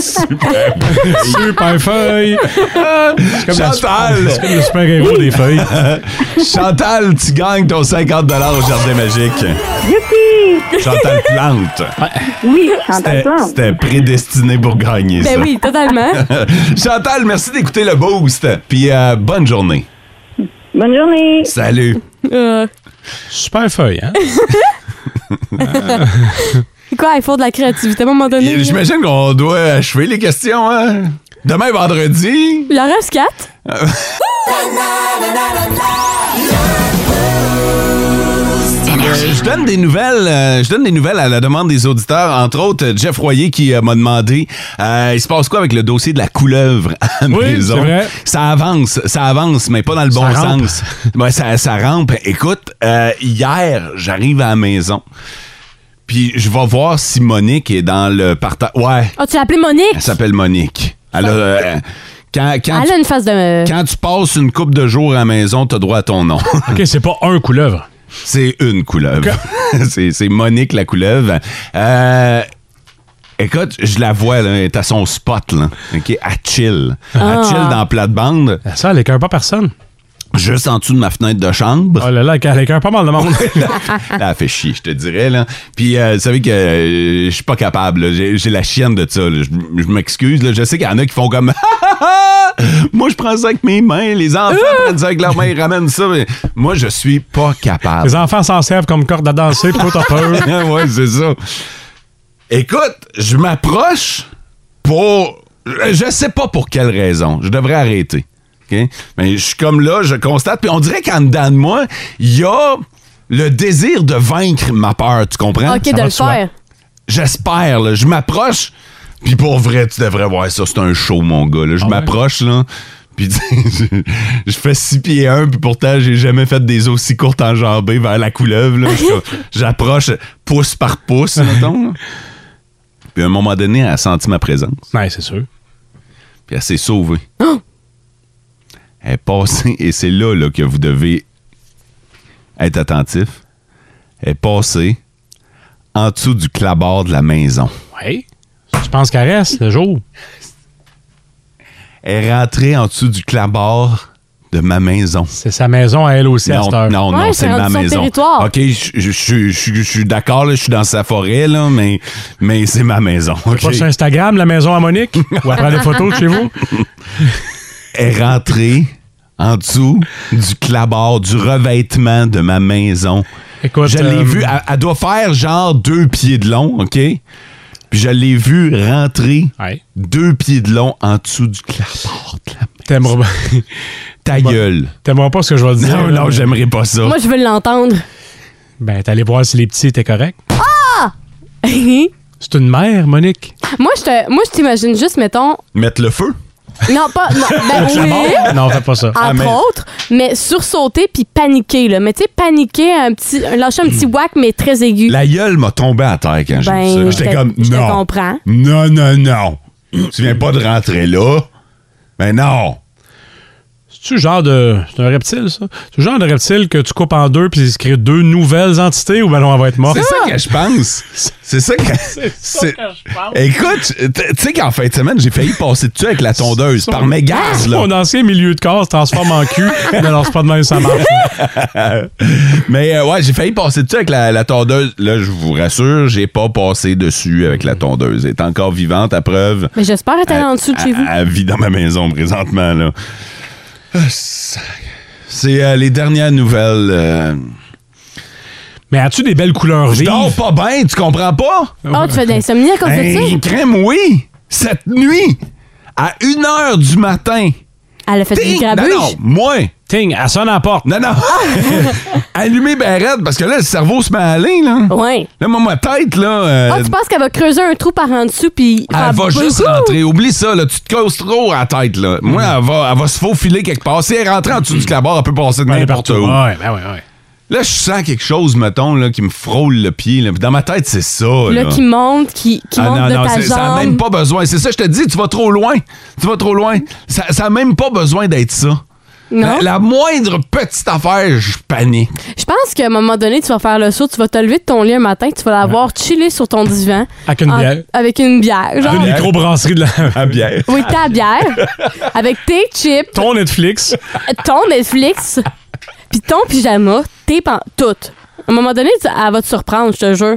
S2: Super.
S3: Super feuille. C'est comme la-
S2: Chantal!
S3: c'est comme le super héros des feuilles.
S2: Chantal, tu gagnes ton 50 au Jardin Magique.
S10: Youpi!
S2: Chantal Plante.
S10: Oui, Chantal
S2: C'était-
S10: Plante.
S2: C'était prédestiné pour gagner ça.
S4: Ben oui, totalement.
S2: Chantal, merci d'écouter le boost. Puis euh, bonne journée.
S10: Bonne journée.
S2: Salut.
S4: Euh,
S3: Super feuille, hein?
S4: quoi, il faut de la créativité à un moment donné.
S2: Et
S4: là.
S2: J'imagine qu'on doit achever les questions, hein? Demain vendredi.
S4: Il en reste quatre.
S2: Euh, je donne des nouvelles. euh, je donne des nouvelles à la demande des auditeurs. Entre autres, euh, Jeff Royer qui euh, m'a demandé euh, il se passe quoi avec le dossier de la couleuvre à la
S3: Oui,
S2: maison?
S3: c'est vrai.
S2: Ça avance, ça avance, mais pas dans le
S3: Ça
S2: bon
S3: rampe.
S2: sens. Ouais, ça, ça rampe. Écoute, euh, hier, j'arrive à la maison. Puis je vais voir si Monique est dans le partage. Ouais,
S4: Ah, tu l'as appelé Monique?
S2: elle s'appelle Monique. Elle a, euh, quand, quand,
S4: Elle a
S2: tu,
S4: une face de. euh,
S2: quand tu passes une coupe de jours à la maison, t'as droit à ton nom.
S3: OK, c'est pas un couleuvre.
S2: C'est une couleuvre. c'est, c'est Monique la couleuvre. Euh, écoute, je la vois, là, elle est à son spot, là. OK? Elle chill. Elle chill dans la plate-bande,
S3: Ça, elle écœure pas personne.
S2: juste en dessous de ma fenêtre de chambre.
S3: Oh là là, elle écœure pas mal de monde.
S2: Là, elle fait chier, je te dirais, là. Puis, euh, vous savez que euh, je suis pas capable, là. J'ai, j'ai la chienne de ça, là. Je, je m'excuse, là. Je sais qu'il y en a qui font comme... Moi, je prends ça avec mes mains. Les enfants prennent ça avec leurs mains. Ils ramènent ça. mais Moi, je suis pas capable.
S3: Les enfants s'en servent comme corde à danser, puis toi, t'as peur.
S2: Ah ouais, c'est ça. Écoute, je m'approche pour. Je sais pas pour quelle raison. Je devrais arrêter. OK? Mais je suis comme là, je constate. Puis on dirait qu'en dedans de moi, il y a le désir de vaincre ma peur. Tu comprends?
S4: Ok,
S2: Ça
S4: de
S2: va
S4: le
S2: soi.
S4: faire.
S2: J'espère, là. Je m'approche. Puis pour vrai, tu devrais voir ça. C'est un show, mon gars. là. Je m'approche, là. Puis tu sais, je, je fais 6 pieds 1, puis pourtant, j'ai jamais fait des aussi courtes enjambées vers la couleuvre. là. Je- J'approche pouce par pouce, mettons. là. Puis à un moment donné, elle a senti ma présence.
S3: Ouais, Ben, c'est sûr.
S2: Puis elle s'est sauvée. Elle est passée, et c'est là, là que vous devez être attentif. Elle est passée en dessous du clabard de la maison.
S3: Ouais. Je pense qu'elle reste le jour.
S2: est rentrée en dessous du clabard de ma maison.
S3: C'est sa maison à elle aussi à
S2: Non,
S3: cette heure.
S2: non, non,
S4: Ouais,
S2: c'est
S4: c'est
S2: ma
S4: rendu son
S2: maison.
S4: territoire.
S2: OK, je- je je- je- je suis d'accord, là, je suis dans sa forêt, là, mais, mais c'est ma maison. OK.
S3: Pas sur Instagram, la maison à Monique, ou après les photos de chez vous.
S2: Est rentrée en dessous du clabard, du revêtement de ma maison.
S3: Écoute,
S2: je l'ai
S3: euh,
S2: vue, elle, elle doit faire genre deux pieds de long, OK? Puis je l'ai vue rentrer
S3: Ouais.
S2: deux pieds de long en dessous du clabard de la-
S3: T'aimeras
S2: Ta gueule.
S3: t'aimeras pas ce que je vais te dire.
S2: Non,
S3: là,
S2: non,
S3: mais-
S2: j'aimerais pas ça.
S4: Moi, je veux l'entendre.
S3: Ben, t'allais voir si les petits étaient corrects.
S4: moi,
S3: C'est une mère, Monique.
S4: je te, moi, je t'imagine juste, mettons.
S2: Mettre le feu?
S4: Non, pas. Non, ben oui.
S3: Non, fais pas ça.
S4: Entre
S2: Ah, mais-
S4: autres, mais sursauter puis paniquer, là. Mais tu sais, paniquer, un petit, lâcher un petit whack, mais très aigu.
S2: La gueule m'a tombé à terre quand j'ai
S4: Ben,
S2: vu Hmm. ça.
S4: je
S2: J'étais
S4: te-
S2: comme,
S4: je te
S2: non.
S4: comprends.
S2: Non, non, non. Tu viens pas de rentrer là. Mais non.
S3: C'est-tu le genre de. C'est un reptile, ça? C'est le genre de reptile que tu coupes en deux puis il se crée deux nouvelles entités ou ben non, elle va être morte?
S2: C'est ça que je pense. C'est ça que. c'est- Écoute, tu tu sais qu'en fin de semaine, j'ai failli passer dessus avec la tondeuse par mégas, là.
S3: Ah! Mon ancien milieu de corps se transforme en cul. Non, non, c'est pas de même, ça marche.
S2: Mais euh, ouais, j'ai failli passer dessus avec la, la tondeuse. Là, je vous rassure, j'ai pas passé dessus avec la tondeuse. Elle est encore vivante, à preuve.
S4: Mais j'espère être allé en dessous de chez
S2: Elle-
S4: vous.
S2: Elle vit dans ma maison présentement, là. Ah, ça- C'est euh, les dernières nouvelles. euh,
S3: Mais as-tu des belles couleurs
S2: Je
S3: vives?
S2: dors pas bien, tu comprends pas?
S4: Oh, tu fais de l'insomnie à cause
S2: ah, Hey,
S4: de
S2: crème, oui! Cette nuit, à 1h du matin.
S4: ça? Elle a fait du
S2: Ting! Non,
S4: grabuge.
S2: non, moi!
S3: Ting, elle sonne à la porte.
S2: Non, non!
S4: Ah!
S2: Allumé ben raide, parce que là, le cerveau se met à aller, là.
S4: Ouais.
S2: Là, moi, ma tête, là... euh,
S4: Oh. Ah, tu penses qu'elle va creuser un trou par en dessous puis.
S2: elle va
S4: Bouhou!
S2: juste rentrer. Oublie ça, là. Tu te causes trop à la tête, là. Moi,
S4: Mm.
S2: elle va, elle va se faufiler quelque part. Si elle rentre en dessous du clabard, elle peut passer de
S3: Ben,
S2: n'importe où.
S3: Ouais, ben ouais, ouais.
S2: Là, je sens quelque chose, mettons, là, qui me frôle le pied. Là. Puis Dans ma tête, c'est ça.
S4: Là,
S2: Là,
S4: qui monte, qui, qui monte
S2: Ah
S4: de
S2: non, non,
S4: ta
S2: c'est- ça n'a même
S4: jambe.
S2: pas besoin. C'est ça, je te dis, tu vas trop loin. Tu vas trop loin. Ça n'a même pas besoin d'être ça.
S4: Non.
S2: La, la moindre petite affaire, je panique.
S4: Je pense qu'à un moment donné, tu vas faire le saut, tu vas te lever de ton lit un matin, tu vas l'avoir chillé sur ton divan.
S3: Avec une
S4: En-
S3: bière.
S4: Avec une bière. Genre,
S3: Une microbrasserie de la.
S2: À bière.
S4: oui, ta bière, avec tes chips,
S3: Ton Netflix.
S4: ton Netflix, puis ton pyjama, tes pan... toutes. À un moment donné, tu- elle va te surprendre, je te jure.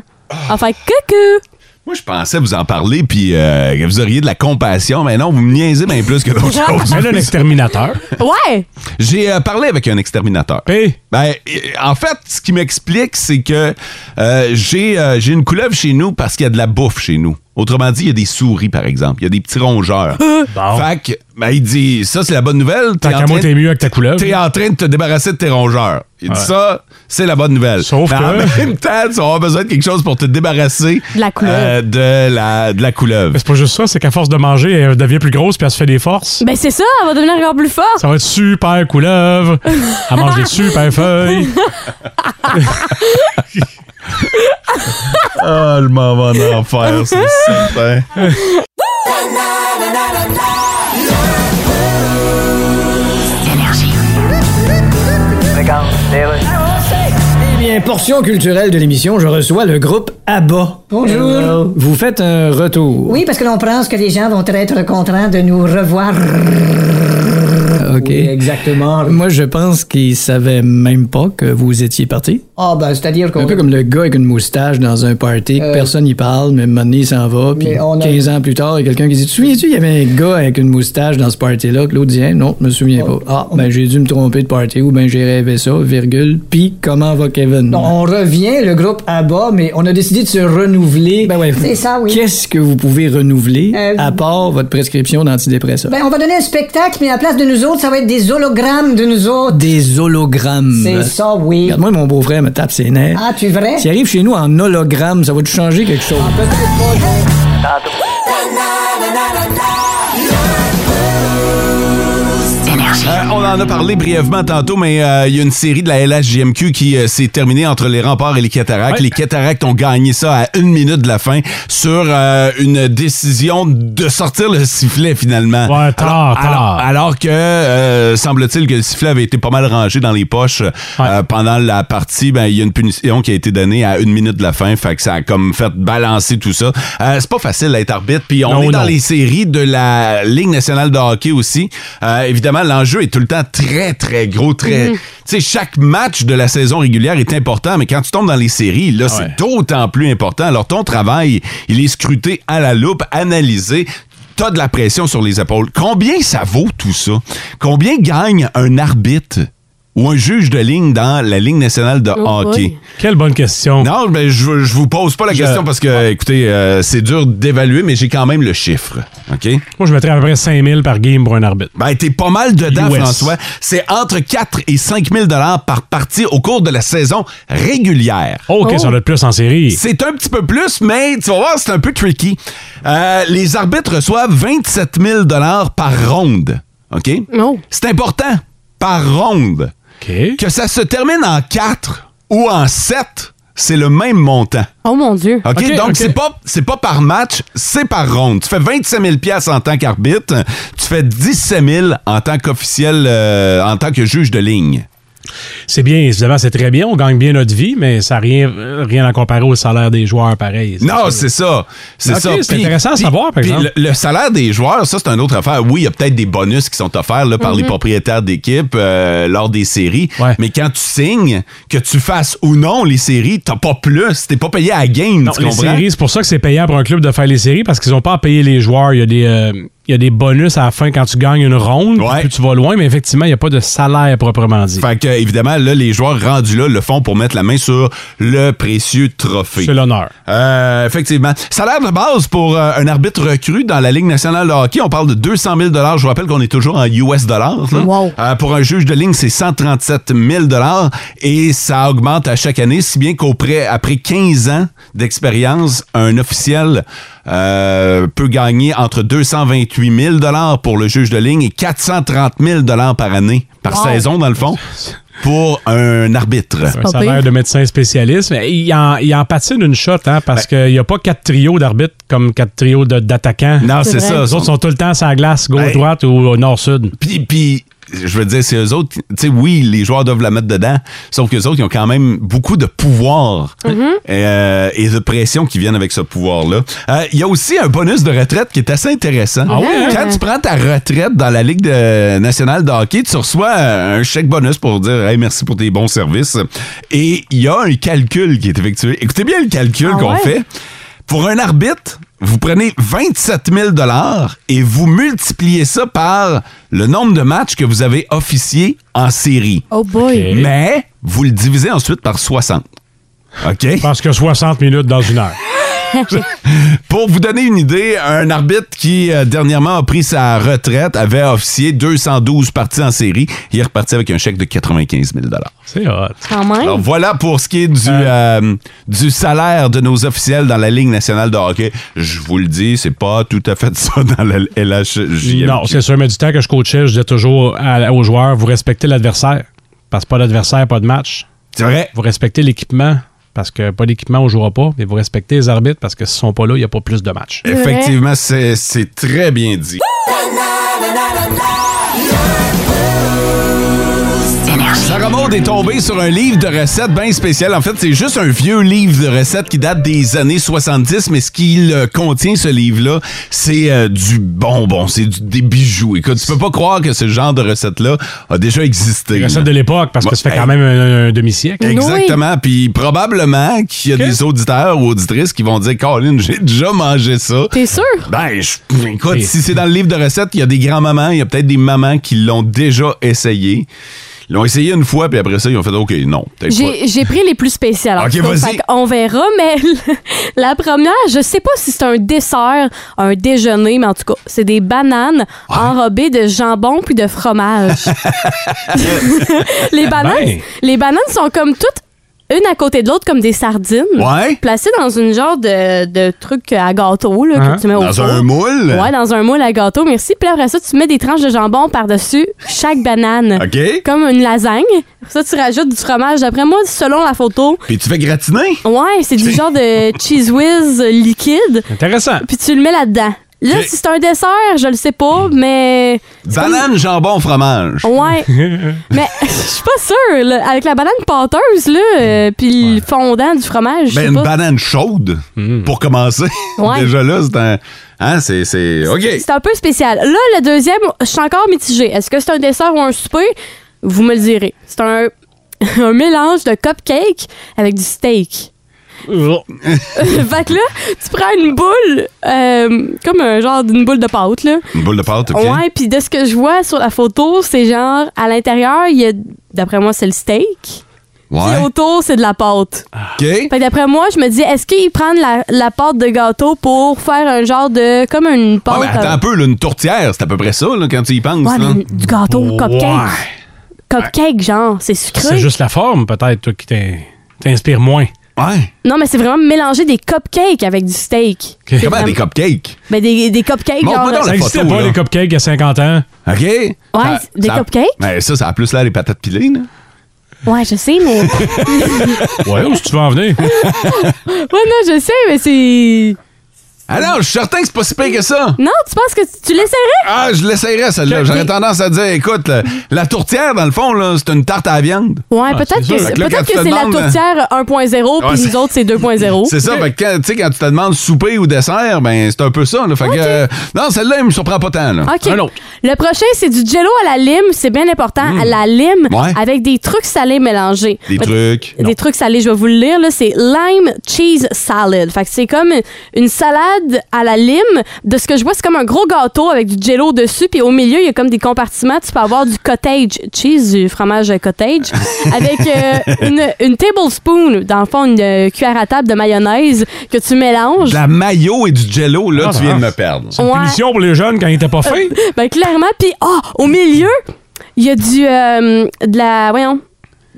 S4: Enfin, coucou!
S2: Moi, je pensais vous en parler, puis euh, que vous auriez de la compassion. Mais non, vous me niaisez bien plus que d'autres choses.
S3: Elle a un exterminateur.
S4: Ouais!
S2: J'ai euh, parlé avec un exterminateur.
S3: Et
S2: Ben, euh, en fait, ce qui m'explique, c'est que euh, j'ai euh, j'ai une couleuvre chez nous parce qu'il y a de la bouffe chez nous. Autrement dit, il y a des souris, par exemple. Il y a des petits rongeurs.
S3: Bon.
S2: Fait que, ben, il dit, ça, c'est la bonne nouvelle.
S3: tant
S2: T'es en
S3: qu'à
S2: train
S3: moi,
S2: de-
S3: t'es mieux avec ta couleur.
S2: T'es en train de te débarrasser de tes rongeurs. Il dit ça, c'est la bonne nouvelle.
S3: Sauf
S2: Mais
S3: que-
S2: en même temps, tu vas avoir besoin de quelque chose pour te débarrasser
S4: De la couleuvre.
S2: euh, de, la, de la couleuvre.
S3: C'est pas juste ça, c'est qu'à force de manger, elle devient plus grosse puis elle se fait des forces.
S4: Ben c'est ça, elle va devenir encore plus forte!
S3: Ça va être super couleuvre. Elle mange des super feuilles.
S2: Ah, le moment d'enfer, c'est certain.
S6: Eh bien, portion culturelle de l'émission, je reçois le groupe ABBA. Euh,
S7: Bonjour.
S6: Vous faites un retour.
S7: Oui, parce que l'on pense que les gens vont être contents de nous revoir.
S6: OK.
S7: Oui, exactement.
S6: Moi, je pense qu'ils savaient même pas que vous étiez parti.
S7: Ah, ben, c'est-à-dire qu'on.
S6: Un peu comme le gars avec une moustache dans un party, que
S7: Euh,
S6: personne n'y parle, mais Mané s'en va, puis
S7: mais on a-
S6: 15 ans plus tard, il y a quelqu'un qui dit Tu te souviens-tu, il y avait un gars avec une moustache dans ce party-là, que l'autre dit Hein, Non, je me souviens pas. Ah, ben j'ai dû me tromper de party, ou ben j'ai rêvé ça, virgule, puis comment va Kevin
S7: Non, on revient, le groupe ABBA, mais on a décidé de se renouveler.
S6: Ben ouais.
S7: C'est ça, oui.
S6: Qu'est-ce que vous pouvez renouveler
S7: Euh,
S6: à part votre prescription d'antidépresseurs?
S7: Ben, on va donner un spectacle, mais à la place de nous autres, ça va être des hologrammes de nous autres.
S6: Des hologrammes.
S7: C'est ça, oui.
S6: Regarde-moi, mon beau-frère me tape ses nerfs.
S7: Ah, tu vrai?
S6: S'il arrive chez nous en hologramme, ça va te changer quelque chose.
S2: Euh, on en a parlé brièvement tantôt, mais euh, il y a une série de la LHJMQ qui euh, s'est terminée entre les remparts et les cataractes.
S3: Ouais.
S2: Les cataractes ont gagné ça à une minute de la fin sur euh, une décision de sortir le sifflet finalement.
S3: Ouais, tard,
S2: alors,
S3: tard.
S2: alors- alors que euh, semble-t-il que le sifflet avait été pas mal rangé dans les poches euh, pendant la partie, ben il y a une punition qui a été donnée à une minute de la fin, fait que ça a comme fait balancer tout ça. Euh, c'est pas facile d'être arbitre, puis on
S3: Non,
S2: est dans
S3: non.
S2: les séries de la Ligue nationale de hockey aussi. Euh, évidemment, l'enjeu est tout le temps très, très gros. Très,
S4: Mhm.
S2: Tu sais, chaque match de la saison régulière est important, mais quand tu tombes dans les séries, là, c'est d'autant plus important. Alors, ton travail, il est scruté à la loupe, analysé. T'as de la pression sur les épaules. Combien ça vaut tout ça? Combien gagne un arbitre ou un juge de ligne dans la Ligue nationale de
S4: Oh
S2: hockey?
S4: boy.
S3: Quelle bonne question.
S2: Non, ben, je, je vous pose pas la question parce que, écoutez, euh, c'est dur d'évaluer, mais j'ai quand même le chiffre. OK?
S3: Moi, je mettrais à peu près 5000 par game pour un arbitre.
S2: Ben, t'es pas mal dedans,
S3: US.
S2: François. C'est entre 4 et 5 000 par partie au cours de la saison régulière.
S3: OK,
S4: Oh.
S3: ça doit être plus en série.
S2: C'est un petit peu plus, mais tu vas voir, c'est un peu tricky. Euh, les arbitres reçoivent 27 000 par ronde. OK?
S4: Non.
S2: C'est important. Par ronde.
S3: OK.
S2: Que ça se termine en 4 ou en 7, c'est le même montant.
S4: Oh mon Dieu!
S2: OK,
S3: OK,
S2: donc
S3: OK.
S2: c'est pas c'est pas par match, c'est par ronde. Tu fais 25 000 pièces en tant qu'arbitre, tu fais 17 000 en tant qu'officiel, euh, en tant que juge de ligne.
S3: C'est bien, évidemment, c'est très bien. On gagne bien notre vie, mais ça n'a rien, rien à comparer au salaire des joueurs, pareil.
S2: Non,
S3: sûr.
S2: c'est ça, c'est
S3: OK,
S2: ça.
S3: c'est
S2: Puis-
S3: intéressant à
S2: puis-
S3: savoir, par
S2: puis
S3: exemple.
S2: Le, le salaire des joueurs, ça c'est une autre affaire. Oui, il y a peut-être des bonus qui sont offerts là, par les propriétaires d'équipe euh, lors des séries,
S3: Mhm. Ouais.
S2: mais quand tu signes, que tu fasses ou non les séries, t'as pas plus, t'es pas payé à la game,
S3: Non,
S2: tu
S3: les
S2: comprends?
S3: séries, c'est pour ça que c'est payant pour un club de faire les séries parce qu'ils n'ont pas à payer les joueurs. Il y, a des, euh, il y a des bonus à la fin quand tu gagnes une ronde,
S2: Ouais.
S3: plus tu vas loin, mais effectivement, il n'y a pas de salaire proprement dit.
S2: Fait que, évidemment, là, les joueurs rendus là le font pour mettre la main sur le précieux trophée.
S3: C'est l'honneur.
S2: Euh, effectivement. Salaire de base pour euh, un arbitre recru dans la Ligue nationale de hockey, on parle de 200 000 Je vous rappelle qu'on est toujours en US dollars. là.
S4: Wow.
S2: Euh, pour un juge de ligne, c'est 137 000 et ça augmente à chaque année, si bien qu'après après 15 ans d'expérience, un officiel euh, peut gagner entre 228 000 pour le juge de ligne et 430 000 par année, par saison dans le fond, pour un arbitre.
S3: Un
S4: pas
S3: salaire
S4: pire.
S3: de médecin spécialiste. Mais il en, il en patine une shot, hein, parce
S2: Ben.
S3: qu'il n'y a pas quatre trios d'arbitres comme quatre trios de- d'attaquants.
S2: Non,
S4: C'est vrai.
S2: c'est ça.
S3: Les autres sont tout le temps sur la glace,
S2: Ben-
S3: gauche-droite ou au nord-sud.
S2: Puis, puis je veux dire, c'est eux autres, qui- tu sais, oui, les joueurs doivent la mettre dedans, sauf qu'eux autres, ils ont quand même beaucoup de pouvoir
S3: Mhm.
S2: euh, et de pression qui viennent avec ce pouvoir-là. Euh, Il y a aussi un bonus de retraite qui est assez intéressant.
S3: Ah ouais, hein?
S2: Quand tu prends ta retraite dans la Ligue de- nationale de hockey, tu reçois euh, un chèque bonus pour dire hey, merci pour tes bons services. Et il y a un calcul qui est effectué. Écoutez bien le calcul
S11: Ah
S2: qu'on
S11: ouais?
S2: fait. Pour un arbitre, vous prenez 27 000 et vous multipliez ça par le nombre de matchs que vous avez officiés en série.
S4: Oh boy.
S2: Mais vous le divisez ensuite par 60. OK?
S3: Parce que 60 minutes dans une heure.
S2: Pour vous donner une idée, un arbitre qui euh, dernièrement a pris sa retraite avait officié 212 parties en série. Il est reparti avec un chèque de 95 000
S3: C'est hot.
S4: Quand même.
S2: Alors, voilà pour ce qui est du, euh, du salaire de nos officiels dans la Ligue nationale de hockey. Je vous le dis, c'est pas tout à fait ça dans la LHJMQ.
S3: Non, c'est sûr, mais du temps que je coachais, je disais toujours à- aux joueurs, vous respectez l'adversaire. Parce que pas d'adversaire, pas de match.
S2: C'est vrai.
S3: Vous respectez l'équipement. Parce que pas d'équipement, on jouera pas. Mais vous respectez les arbitres parce que s'ils sont pas là, il n'y a pas plus de matchs.
S2: Effectivement, c'est c'est très bien dit. Sarah Maud est tombée sur un livre de recettes bien spécial. En fait, c'est juste un vieux livre de recettes qui date des années 70, mais ce qu'il euh, contient, ce livre-là, c'est euh, du bonbon, c'est du- des bijoux. Écoute, tu peux pas croire que ce genre de recette-là a déjà existé.
S3: Les recettes de l'époque, parce que ça fait quand même un, un demi-siècle.
S2: Exactement. Puis probablement qu'il y a des auditeurs ou auditrices qui vont dire Colin, j'ai déjà mangé ça.
S4: T'es sûr?
S2: Ben, je- écoute,
S3: Et-
S2: si c'est dans le livre de recettes, il y a des grands-mamans, il y a peut-être des mamans qui l'ont déjà essayé. Ils l'ont essayé une fois, puis après ça, ils ont fait OK, non, peut-être pas.
S4: J'ai j'ai pris les plus spéciales. en
S2: Ok,
S4: tout cas.
S2: vas-y.
S4: Fait qu'on verra, mais la première, je sais pas si c'est un dessert, un déjeuner, mais en tout cas, c'est des bananes enrobées de jambon puis de fromage. les bananes,
S12: Ben.
S4: les bananes sont comme toutes une à côté de l'autre comme des sardines,
S12: Ouais.
S4: placées dans une genre de, de truc à gâteau là,
S12: Hein?
S4: que tu mets au
S12: Dans
S4: four.
S12: un moule?
S4: Ouais, dans un moule à gâteau, merci. Puis là, après ça, tu mets des tranches de jambon par-dessus chaque banane.
S2: OK.
S4: Comme une lasagne. Ça, tu rajoutes du fromage. D'après moi, selon la photo.
S2: Puis tu fais gratiner?
S4: Ouais, c'est du genre de cheese whiz liquide.
S3: Intéressant.
S4: Puis tu le mets là-dedans. Là,
S2: Ok. Hmm.
S4: si c'est un dessert, je le sais pas, mais. c'est comme-
S2: Banane, jambon, fromage.
S4: Ouais. mais je suis pas sûre. là. Avec la banane pâteuse, là, euh, puis le fondant du fromage, je sais
S2: Hmm. Ben, une
S4: pas.
S2: banane chaude, pour commencer.
S4: Ouais.
S2: Déjà là, c'est un. Hein, c'est- c'est. OK.
S4: C'est un peu spécial. Là, le deuxième, je suis encore mitigée. Est-ce que c'est un dessert ou un souper? Vous me le direz. C'est un, un mélange de cupcake avec du steak. fait que là, tu prends une boule, euh, comme un genre d'une boule de pâte, là.
S2: Une boule de pâte, OK?
S4: Ouais, puis de ce que je vois sur la photo, c'est genre, à l'intérieur, il y a, d'après moi, c'est le steak.
S2: Ouais. Ah.
S4: Puis autour, c'est de la pâte.
S2: OK.
S4: Fait que d'après moi, je me dis, est-ce qu'ils prennent la, la pâte de gâteau pour faire un genre de. comme une pâte.
S2: Ah, mais attends
S4: euh,
S2: un peu, là, une tourtière, c'est à peu près ça, là, quand tu y penses.
S4: Ouais,
S2: là.
S4: mais du gâteau, cupcake. Cupcake, genre, c'est
S3: C'est
S4: sucré.
S3: juste la forme, peut-être, toi, qui t'in- t'inspire moins.
S2: Ouais.
S4: Non, mais c'est vraiment mélanger des cupcakes avec du steak. C'est
S3: Comment
S4: vraiment-
S3: des
S2: cupcakes?
S4: Ben, des, des cupcakes, genre.
S3: ça n'existait pas, les cupcakes, il y a 50 ans.
S2: OK? Ouais,
S4: c'est des cupcakes?
S2: Mais ça, ça a plus l'air des patates pilées, là.
S4: euh, Ouais, je sais, mais.
S3: Ouais,
S4: oh,
S3: où est-ce que tu vas en venir?
S4: ouais, non, je sais, mais c'est.
S2: Alors, Ah je suis certain que c'est pas si pire que ça.
S4: Non, tu penses que tu- tu l'essaierais?
S2: Ah, je l'essayerais, celle-là.
S4: Ok.
S2: J'aurais tendance à dire, écoute, la, la tourtière, dans le fond, là, c'est une tarte à la viande.
S4: Ouais, peut-être que,
S2: Fait
S4: c'est-
S2: là,
S4: peut-être
S2: quand tu
S4: que
S2: te
S4: c'est la
S2: demandes-
S4: tourtière 1.0
S2: hein. Ouais,
S4: puis
S2: c'est-
S4: nous autres c'est 2.0.
S2: C'est ça, fait que quand, tu sais, quand tu te demandes souper ou dessert, ben c'est un peu ça. Là, fait que, euh, non, celle-là, il me surprend pas tant. Là.
S4: OK. Le prochain, c'est du jello à la lime. C'est bien important. À la lime,
S2: Mm. Ouais.
S4: avec des trucs salés mélangés.
S2: Des
S4: Fait-
S2: trucs.
S4: Des trucs salés, je vais vous le lire. là. C'est lime cheese salad. Fait que c'est comme une salade à la lime. De ce que je vois, c'est comme un gros gâteau avec du jello dessus. Puis au milieu, il y a comme des compartiments. Tu peux avoir du cottage cheese, du fromage cottage, avec euh, une, une tablespoon, dans le fond, une euh, cuillère à table de mayonnaise que tu mélanges.
S2: De la mayo et du jello, là,
S3: Ah,
S2: tu viens de
S3: ah.
S2: me perdre.
S3: C'est une
S4: Ouais.
S3: punition pour les jeunes quand ils étaient pas faits.
S4: Euh, ben clairement. Puis, ah, au milieu, il y a du. euh, de la. Voyons.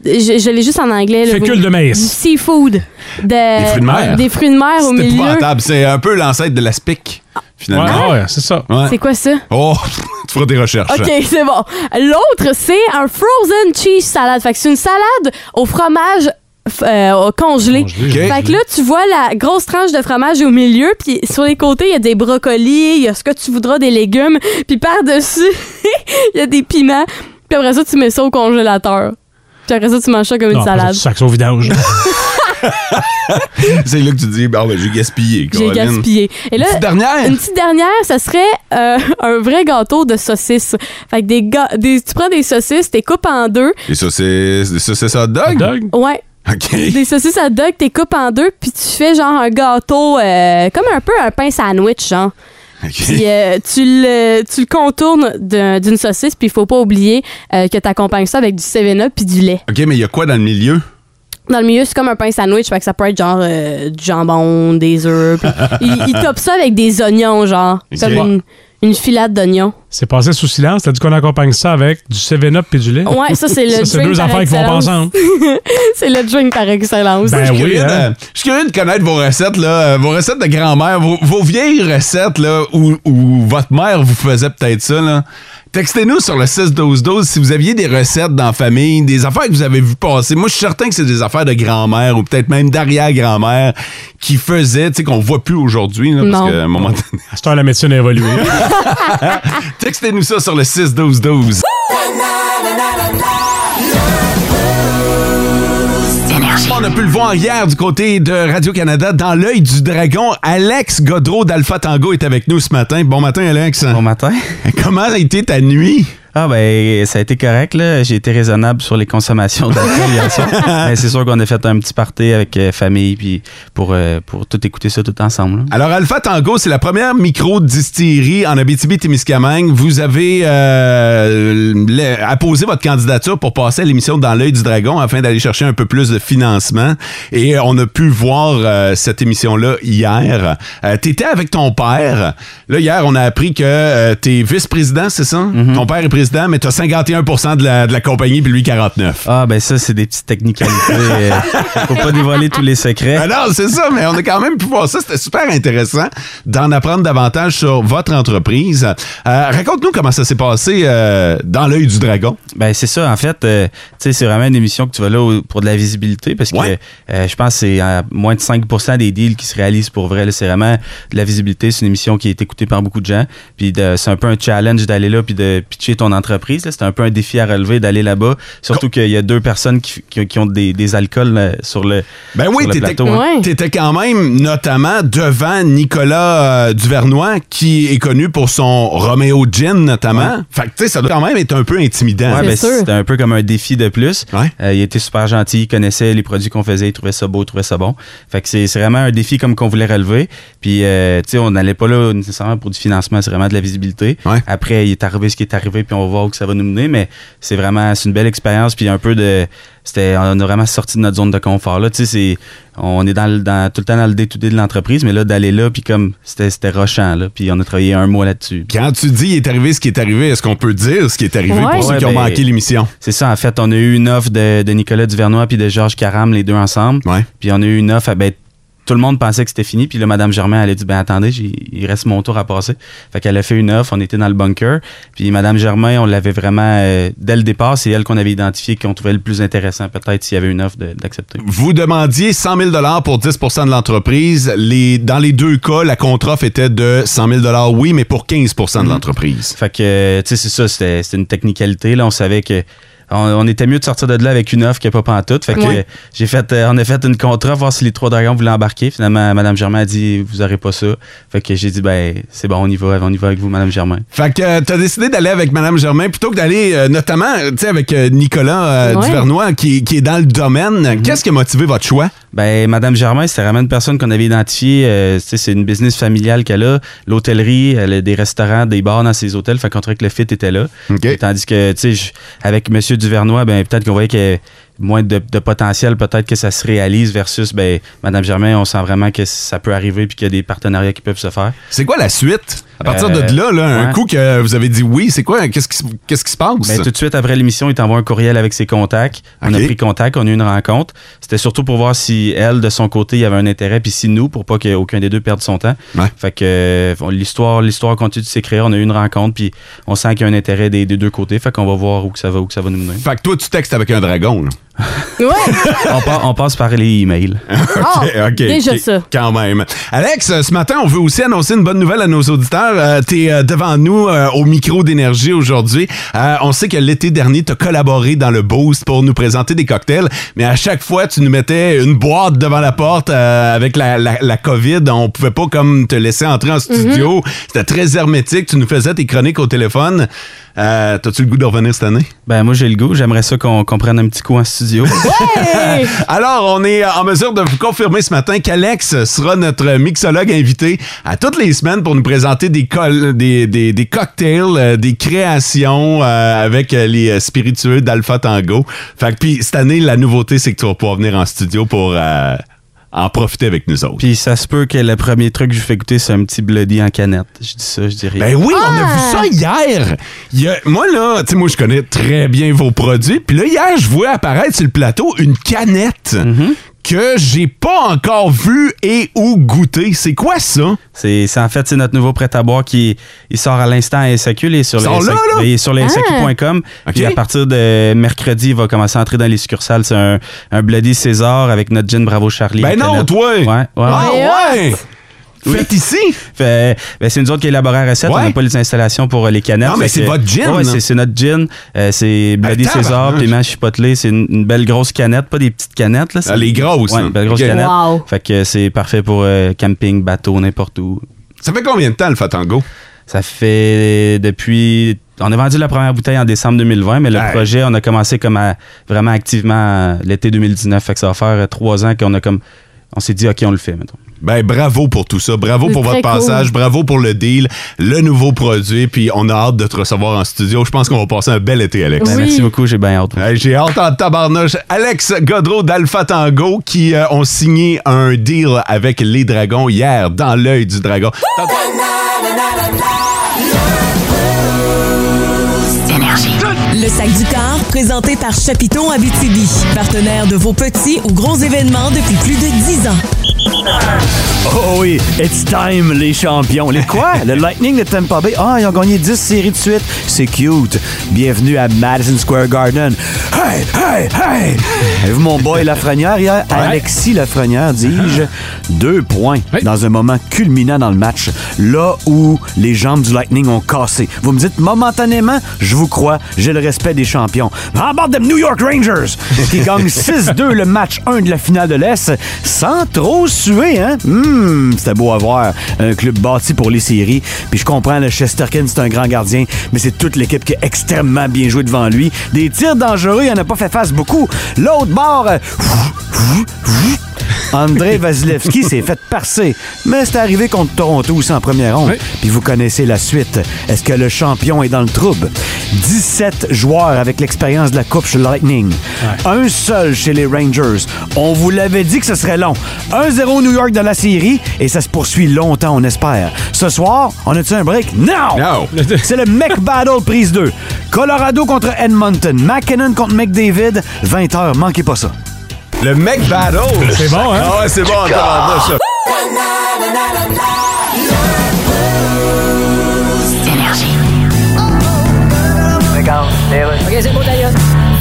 S4: Je, je l'ai juste en anglais. là.
S2: Fécule de maïs.
S4: Du seafood. De, des
S2: fruits de mer.
S4: Des fruits de mer au
S2: C'est
S4: milieu.
S2: épouvantable. C'est un peu l'ancêtre de la spic, finalement.
S3: Ouais, ouais, c'est ça.
S4: C'est quoi ça?
S2: Oh, tu feras des recherches.
S4: OK, c'est bon. L'autre, c'est un frozen cheese salad. Fait que c'est une salade au fromage f- euh, congelé.
S2: gelé.
S4: Fait que là, tu vois la grosse tranche de fromage au milieu, puis sur les côtés, il y a des brocolis, il y a ce que tu voudras, des légumes, puis par-dessus, il y a des piments. Puis après ça, tu mets ça au congélateur. Puis après ça, tu manges ça comme une
S3: Non, après ça,
S4: salade.
S3: tu sacs ça au vidange.
S2: C'est là que tu te dis, bah, ben, j'ai gaspillé.
S4: J'ai
S2: Caroline.
S4: gaspillé. Et là,
S2: Une petite dernière?
S4: Une petite dernière, ça serait euh, un vrai gâteau de saucisses. Fait que des, ga- des- tu prends des saucisses, t'es coupes en deux.
S2: Des saucisses, des saucisses hot dog?
S4: Ouais.
S2: OK.
S4: Des saucisses à dog, t'es coupes en deux, puis tu fais genre un gâteau, euh, comme un peu un pain sandwich, genre. Puis euh, tu, le, tu le contournes d'un- d'une saucisse, puis il faut pas oublier euh, que t'accompagnes ça avec du 7-Up puis du lait.
S2: OK, mais il y a quoi dans le milieu?
S4: Dans le milieu, c'est comme un pain sandwich, fait que ça peut être genre euh, du jambon, des œufs. puis Ils il topent ça avec des oignons, genre.
S3: Ok.
S4: Comme une, une filade d'oignons.
S3: C'est passé sous silence. T'as dit qu'on accompagne ça avec du 7-Up et du lait.
S4: Ouais, ça, c'est le drink.
S3: c'est deux
S4: par
S3: affaires qui vont pas
S4: excellence.
S3: ensemble.
S4: c'est le drink par excellence.
S2: Je suis curieux de- Je suis curieux de connaître vos recettes, là, euh, vos recettes de grand-mère, vos, vos vieilles recettes là, où, où votre mère vous faisait peut-être ça. là. Textez-nous sur le 6-12-12 si vous aviez des recettes dans la famille, des affaires que vous avez vues passer. Moi, je suis certain que c'est des affaires de grand-mère ou peut-être même d'arrière-grand-mère qui faisaient, tu sais, qu'on voit plus aujourd'hui. là,
S3: Non.
S2: Parce qu'à un moment donné...
S3: C'est la médecine a évolué.
S2: Textez-nous ça sur le 6-12-12. On a pu le voir hier du côté de Radio-Canada dans l'œil du dragon. Alex Godreau d'Alpha Tango est avec nous ce matin. Bon matin, Alex. Bon
S11: matin.
S2: Comment a été ta nuit?
S11: Ah ben, ça a été correct, là. J'ai été raisonnable sur les consommations d'alcool hier soir. Mais c'est sûr qu'on a fait un petit party avec euh, famille puis pour, euh, pour tout écouter ça tout ensemble. là.
S2: Alors, Alpha Tango, c'est la première micro-distillerie en Abitibi-Témiscamingue. Vous avez euh, le- apposé votre candidature pour passer à l'émission Dans l'œil du dragon afin d'aller chercher un peu plus de financement. Et euh, on a pu voir euh, cette émission-là hier. Euh, T'étais avec ton père. Là, hier, on a appris que euh, t'es vice-président, c'est ça? Ton père est président, mais t'as 51 de la, de la compagnie, puis lui, 49.
S11: Ah ben ça, c'est des petites technicalités. euh, faut pas dévoiler tous les secrets.
S2: Ah non, c'est ça, mais on a quand même pu voir ça. C'était super intéressant d'en apprendre davantage sur votre entreprise. Euh, Raconte-nous comment ça s'est passé euh, dans l'œil du dragon.
S11: Ben c'est ça, en fait, euh, tu sais, c'est vraiment une émission que tu vas là au- pour de la visibilité parce que euh, je pense que c'est à moins de 5 des deals qui se réalisent pour vrai. là. C'est vraiment de la visibilité. C'est une émission qui est écoutée par beaucoup de gens. Puis de- c'est un peu un challenge d'aller là puis de pitcher ton entreprise. là. C'est un peu un défi à relever d'aller là-bas. Surtout qu'il y a deux personnes qui, qui- qui ont des, des alcools euh, sur le,
S2: Ben oui,
S11: sur le
S2: t'étais
S11: plateau. hein.
S2: t'étais quand même notamment devant Nicolas euh, Duvernois, qui est connu pour son Romeo Gin notamment. Fait que tu sais, ça doit quand même être un peu intimidant.
S11: Ouais, ben, c'était un peu comme un défi de plus. Euh, il était super gentil, il connaissait les produits qu'on faisait, il trouvait ça beau, il trouvait ça bon. Fait que c'est c'est vraiment un défi comme qu'on voulait relever. Puis, euh, tu sais, on n'allait pas là nécessairement pour du financement, c'est vraiment de la visibilité. Après, il est arrivé ce qui est arrivé, puis on va voir où que ça va nous mener, mais c'est vraiment, c'est une belle expérience, puis un peu de... C'était, on a vraiment sorti de notre zone de confort là. Tu sais, c'est, on est dans, le- dans- tout le temps dans le day-to-day de l'entreprise, mais là d'aller là, puis comme c'était, c'était rochant là, puis on a travaillé un mois là-dessus.
S2: Quand tu dis il est arrivé ce qui est arrivé, est-ce qu'on peut dire ce qui est arrivé pour ceux qui ont manqué l'émission?
S11: ben, C'est ça, en fait, on a eu une offre de, de Nicolas Duvernois puis de Georges Caram, les deux ensemble. Puis on a eu une offre, à- ben, tout le monde pensait que c'était fini. Puis là, Mme Germain, elle a dit, ben attendez, j'ai- il reste mon tour à passer. Fait qu'elle a fait une offre, on était dans le bunker. Puis Mme Germain, on l'avait vraiment, euh, dès le départ, c'est elle qu'on avait identifié, qu'on trouvait le plus intéressant, peut-être, s'il y avait une offre de- d'accepter.
S2: Vous demandiez 100 000 pour 10 de l'entreprise. Les, dans les deux cas, la contre-offre était de 100 000 oui, mais pour 15
S11: Mhm.
S2: de l'entreprise.
S11: Fait que, tu sais, c'est ça, c'était c'était une technicalité. Là, on savait que. On, on était mieux de sortir de là avec une offre que pas pantoute. Fait que
S2: Ouais.
S11: euh, j'ai fait, euh, on a fait une contrat, voir si les trois dragons voulaient embarquer. Finalement, Madame Germain a dit, vous aurez pas ça. Fait que j'ai dit, ben, c'est bon, on y va, on y va avec vous, Madame Germain.
S2: Fait que euh, t'as décidé d'aller avec Madame Germain plutôt que d'aller euh, notamment euh, tu sais, avec euh, Nicolas euh,
S11: Ouais.
S2: Duvernois qui, qui est dans le domaine. Qu'est-ce qui a motivé votre choix?
S11: Ben, Madame Germain, c'était vraiment une personne qu'on avait identifiée. euh, tu sais, c'est une business familiale qu'elle a. L'hôtellerie, elle a des restaurants, des bars dans ses hôtels. Fait qu'on trouvait que le fit était là. Tandis que, tu sais, je- avec Monsieur Duvernois, ben, peut-être qu'on voyait qu'il y avait moins de, de potentiel, peut-être que ça se réalise versus, ben, Madame Germain, on sent vraiment que ça peut arriver puis qu'il y a des partenariats qui peuvent se faire.
S2: C'est quoi la suite? À partir
S11: Euh,
S2: de là, là, un
S11: ouais.
S2: coup que vous avez dit oui, c'est quoi? Qu'est-ce qui, se- qu'est-ce qui se passe?
S11: Ben, tout de suite après l'émission, il t'envoie un courriel avec ses contacts. On a pris contact, on a eu une rencontre. C'était surtout pour voir si elle, de son côté, il y avait un intérêt, puis si nous, pour pas qu'aucun des deux perde son temps. Fait que euh, on- l'histoire, l'histoire continue de s'écrire. On a eu une rencontre, puis on sent qu'il y a un intérêt des, des deux côtés. Fait qu'on va voir où que ça va, où que ça va nous mener.
S2: Fait que toi, tu textes avec un dragon. là.
S11: on, pa- on passe par les emails.
S4: Ah,
S2: OK, OK. OK, Quand même. Alex, euh, ce matin, on veut aussi annoncer une bonne nouvelle à nos auditeurs. Euh, T'es euh, devant nous euh, au micro d'énergie aujourd'hui. Euh, on sait que l'été dernier, t'as collaboré dans le Boost pour nous présenter des cocktails, mais à chaque fois, tu nous mettais une boîte devant la porte euh, avec la, la- la COVID. On pouvait pas comme te laisser entrer en studio. C'était très hermétique. Tu nous faisais tes chroniques au téléphone. Euh, T'as-tu le goût de revenir cette année?
S11: Ben, moi, j'ai le goût. J'aimerais ça qu'on qu'on prenne un petit coup en studio.
S2: Alors, on est euh, en mesure de vous confirmer ce matin qu'Alex sera notre mixologue invité à toutes les semaines pour nous présenter des, col- des, des- des cocktails, euh, des créations euh, avec euh, les euh, spiritueux d'Alpha Tango. Fait que, puis cette année, la nouveauté, c'est que tu vas pouvoir venir en studio pour euh, en profiter avec nous autres.
S11: Puis ça se peut que le premier truc que je vous fais goûter, c'est un petit bloody en canette. Je dis ça, je dirais.
S2: Ben oui, on a vu
S11: Ah!
S2: ça hier. Il y a- moi, là, tu sais, moi, je connais très bien vos produits. Puis là, hier, je vois apparaître sur le plateau une canette
S11: Mhm.
S2: que j'ai pas encore vue et ou goûtée. C'est quoi ça?
S11: C'est c'est- en fait c'est notre nouveau prêt à boire qui il sort à l'instant à SAQ, il est sur
S2: Il
S11: les
S2: sort là,
S11: SAQ
S2: là?
S11: il est sur les
S2: Ah!
S11: SAQ.com. Puis
S2: OK.
S11: à partir de mercredi, il va commencer à entrer dans les succursales. C'est un, un bloody César avec notre gin Bravo Charlie.
S2: Ben
S11: en
S2: non,
S11: canette.
S2: toi!
S11: Ouais, ouais,
S2: Ah
S11: ouais.
S2: ouais! Faites ici!
S11: Fait- ben, c'est nous autres qui élaborons la recette.
S2: Ouais.
S11: On n'a pas les installations pour euh, les canettes.
S2: Non, mais
S11: Fait
S2: c'est
S11: que-
S2: votre gin,
S11: Ouais,
S2: là. Ah,
S11: c'est c'est notre gin. Euh, c'est Bloody
S2: tabarnak.
S11: César, piment chipotlé. C'est une, une belle grosse canette, pas des petites canettes. Là,
S2: Ah, les grosses,
S11: Ouais, ben,
S2: là.
S11: une belle grosse
S2: Ok.
S11: canette.
S2: Wow.
S11: Fait que c'est parfait pour euh, camping, bateau, n'importe où.
S2: Ça fait combien de temps le Fatango?
S11: Ça fait depuis. On a vendu la première bouteille en décembre 2020, mais le
S2: Hey.
S11: projet, on a commencé comme à- vraiment activement euh, l'été 2019. Fait que ça va faire euh, trois ans qu'on a comme. On s'est dit, OK, on le fait, mettons.
S2: Ben, bravo pour tout ça. Bravo
S11: C'est
S2: pour
S11: très
S2: votre
S11: cool.
S2: passage. Bravo pour le deal, le nouveau produit. Puis on a hâte de te recevoir en studio. Je pense qu'on va passer un bel été, Alex.
S11: Ben, merci beaucoup, j'ai bien hâte.
S2: Hey, J'ai hâte en tabarnouche. Alex Godreau d'Alpha Tango qui euh, ont signé un deal avec les dragons hier dans l'œil du dragon.
S12: Le sac du corps, présenté par Chapiton Abitibi, partenaire de vos petits ou gros événements depuis plus de 10 ans.
S13: Oh oui, it's time, les champions. Les quoi? Le Lightning de Tampa Bay. Ah, ils ont gagné 10 séries de suite. C'est cute. Bienvenue à Madison Square Garden. Hey, hey, hey! Avez-vous mon boy Lafrenière hier? Alexis Lafrenière, dis-je. Deux points dans un moment culminant dans le match. Là où les jambes du Lightning ont cassé. Vous me dites momentanément, je vous crois, j'ai le respect des champions. How about them New York Rangers? Qui gagnent 6-2 le match 1 de la finale de l'Est sans trop suer, hein? Hum, c'était beau à voir. Un club bâti pour les séries. Puis je comprends, le Chesterkin, c'est un grand gardien, mais c'est toute l'équipe qui a extrêmement bien joué devant lui. Des tirs dangereux, il n'en a pas fait face beaucoup. L'autre bord, euh, André Vasilevski s'est fait percer, mais c'est arrivé contre Toronto aussi en première ronde. Puis vous connaissez la suite. Est-ce que le champion est dans le trouble? 17 joueurs avec l'expérience de la Coupe chez Lightning. Un seul chez les Rangers. On vous l'avait dit que ce serait long. 1-0 New York dans la série et ça se poursuit longtemps, on espère. Ce soir, on a-tu un break? Non! C'est le Mech Battle prise 2. Colorado contre Edmonton. McKinnon contre McDavid. 20h, manquez pas ça.
S2: Le mec battle!
S13: C'est bon, hein?
S2: Ah ouais, c'est bon en tabarnouche, ça.
S7: OK, c'est beau, d'ailleurs.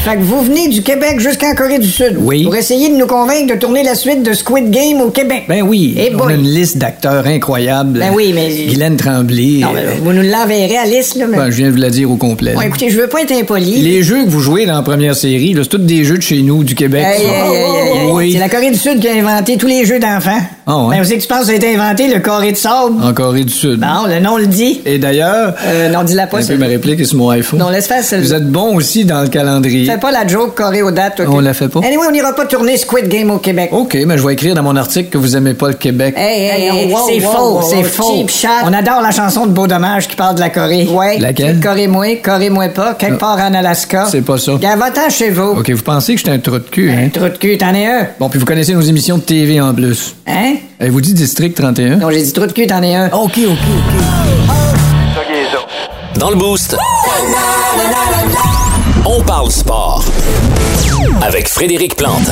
S7: Fait que vous venez du Québec jusqu'en Corée du Sud.
S6: Oui.
S7: Pour essayer de nous convaincre de tourner la suite de Squid Game au Québec.
S6: Ben oui,
S7: Eh
S6: on a
S7: boy.
S6: une liste d'acteurs incroyables.
S7: Ben oui, mais-
S6: Guylaine Tremblay.
S7: Non, mais vous nous l'enverrez à liste, là, mais...
S6: euh, Ben, je viens de vous la dire au complet. là.
S7: Bon, écoutez, je veux pas être impoli.
S6: Les jeux que vous jouez dans la première série, là, c'est tous des jeux de chez nous, du Québec.
S7: Hey, hey,
S6: ça.
S7: hey, hey, hey.
S6: Oh, Oui.
S7: C'est la Corée du Sud qui a inventé tous les jeux d'enfants.
S6: Ah ouais?
S7: Ben, vous savez que tu penses que ça a été inventé, le carré de sable?
S6: En Corée du Sud.
S7: Non, le nom le dit.
S6: Et d'ailleurs.
S7: Euh, non, dis-la pas,
S6: Un peu
S7: c'est-
S6: ma réplique est sur mon iPhone.
S7: Non, laisse faire celle-
S6: Vous êtes bon aussi dans le calendrier.
S7: Fais pas la joke carré aux dates. toi,
S6: On
S7: que-
S6: la fait pas. Oh.
S7: Anyway, on n'ira pas tourner Squid Game au Québec.
S6: OK, mais je vais écrire dans mon article que vous aimez pas le Québec.
S7: Hey, hey, hey,
S10: wow,
S7: c'est
S10: wow,
S7: faux,
S10: wow,
S7: c'est
S10: wow,
S7: faux.
S10: cheap shot.
S7: On adore la chanson de Beau Dommage qui parle de la Corée. Ouais.
S6: Laquelle? Ah.
S7: Corée moins, Corée moins pas, quelque part en Alaska.
S6: C'est pas ça.
S7: Gars, va-t'en chez vous.
S6: OK, vous pensez que j'étais un trou de cul, hein?
S7: Trou de cul, t'en es un.
S6: Bon, puis vous connaissez nos émissions de TV en plus.
S7: Hein?
S6: Avez-vous dit District 31?
S7: Non, j'ai dit trou de cul, t'en es un.
S6: OK, OK.
S5: Dans le boost, on parle sport avec Frédéric Plante.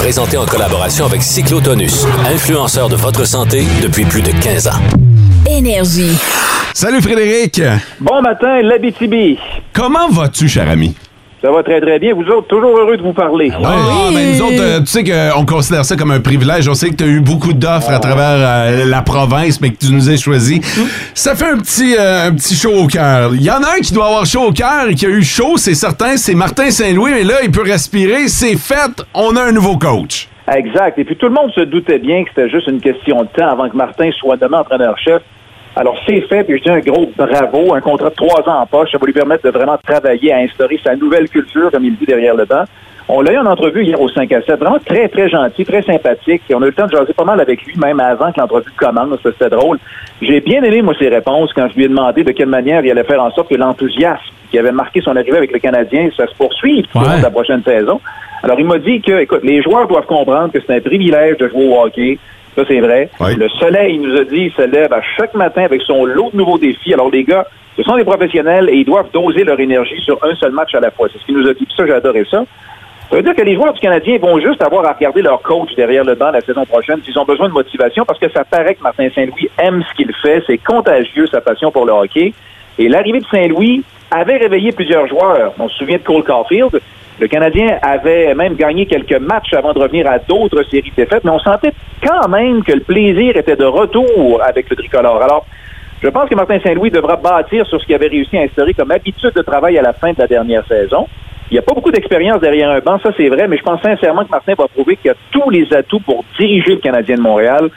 S5: Présenté en collaboration avec Cyclotonus, influenceur de votre santé depuis plus de 15 ans.
S12: Énergie.
S2: Salut Frédéric!
S14: Bon matin, l'Abitibi.
S2: Comment vas-tu, cher ami?
S14: Ça va très, très bien. Vous autres, toujours heureux de vous parler.
S2: Ah, ben, nous autres, euh, tu sais qu'on considère ça comme un privilège. On sait que tu as eu beaucoup d'offres à travers euh, la province, mais que tu nous as choisi. Ça fait un petit, euh, un petit chaud au cœur. Il y en a un qui doit avoir chaud au cœur et qui a eu chaud, c'est certain, c'est Martin Saint-Louis. Mais là, il peut respirer. C'est fait. On a un nouveau coach.
S14: Exact. Et puis tout le monde se doutait bien que c'était juste une question de temps avant que Martin soit nommé entraîneur-chef. Alors c'est fait, puis je dis un gros bravo, un contrat de trois ans en poche, ça va lui permettre de vraiment travailler à instaurer sa nouvelle culture, comme il dit derrière le banc. On l'a eu en entrevue hier au 5 à 7, vraiment très, très gentil, très sympathique. Et on a eu le temps de jaser pas mal avec lui, même avant que l'entrevue commence, ça, c'était drôle. J'ai bien aimé, moi, ses réponses quand je lui ai demandé de quelle manière il allait faire en sorte que l'enthousiasme qui avait marqué son arrivée avec le Canadien, ça se poursuive tout au long de la prochaine saison. Alors, il m'a dit que, écoute, les joueurs doivent comprendre que c'est un privilège de jouer au hockey. Ça, c'est vrai. Le soleil, il nous a dit, il se lève à chaque matin avec son lot de nouveaux défis. Alors, les gars, ce sont des professionnels et ils doivent doser leur énergie sur un seul match à la fois. C'est ce qu'il nous a dit. Puis ça, j'adorais ça. Ça veut dire que les joueurs du Canadien vont juste avoir à regarder leur coach derrière le banc la saison prochaine s'ils ont besoin de motivation parce que ça paraît que Martin Saint-Louis aime ce qu'il fait. C'est contagieux, sa passion pour le hockey. Et l'arrivée de Saint-Louis avait réveillé plusieurs joueurs. On se souvient de Cole Caulfield. Le Canadien avait même gagné quelques matchs avant de revenir à d'autres séries de défaites, mais on sentait quand même que le plaisir était de retour avec le tricolore. Alors, je pense que Martin Saint-Louis devra bâtir sur ce qu'il avait réussi à instaurer comme habitude de travail à la fin de la dernière saison. Il n'y a pas beaucoup d'expérience derrière un banc, ça c'est vrai, mais je pense sincèrement que Martin va prouver qu'il a tous les atouts pour diriger le Canadien de Montréal.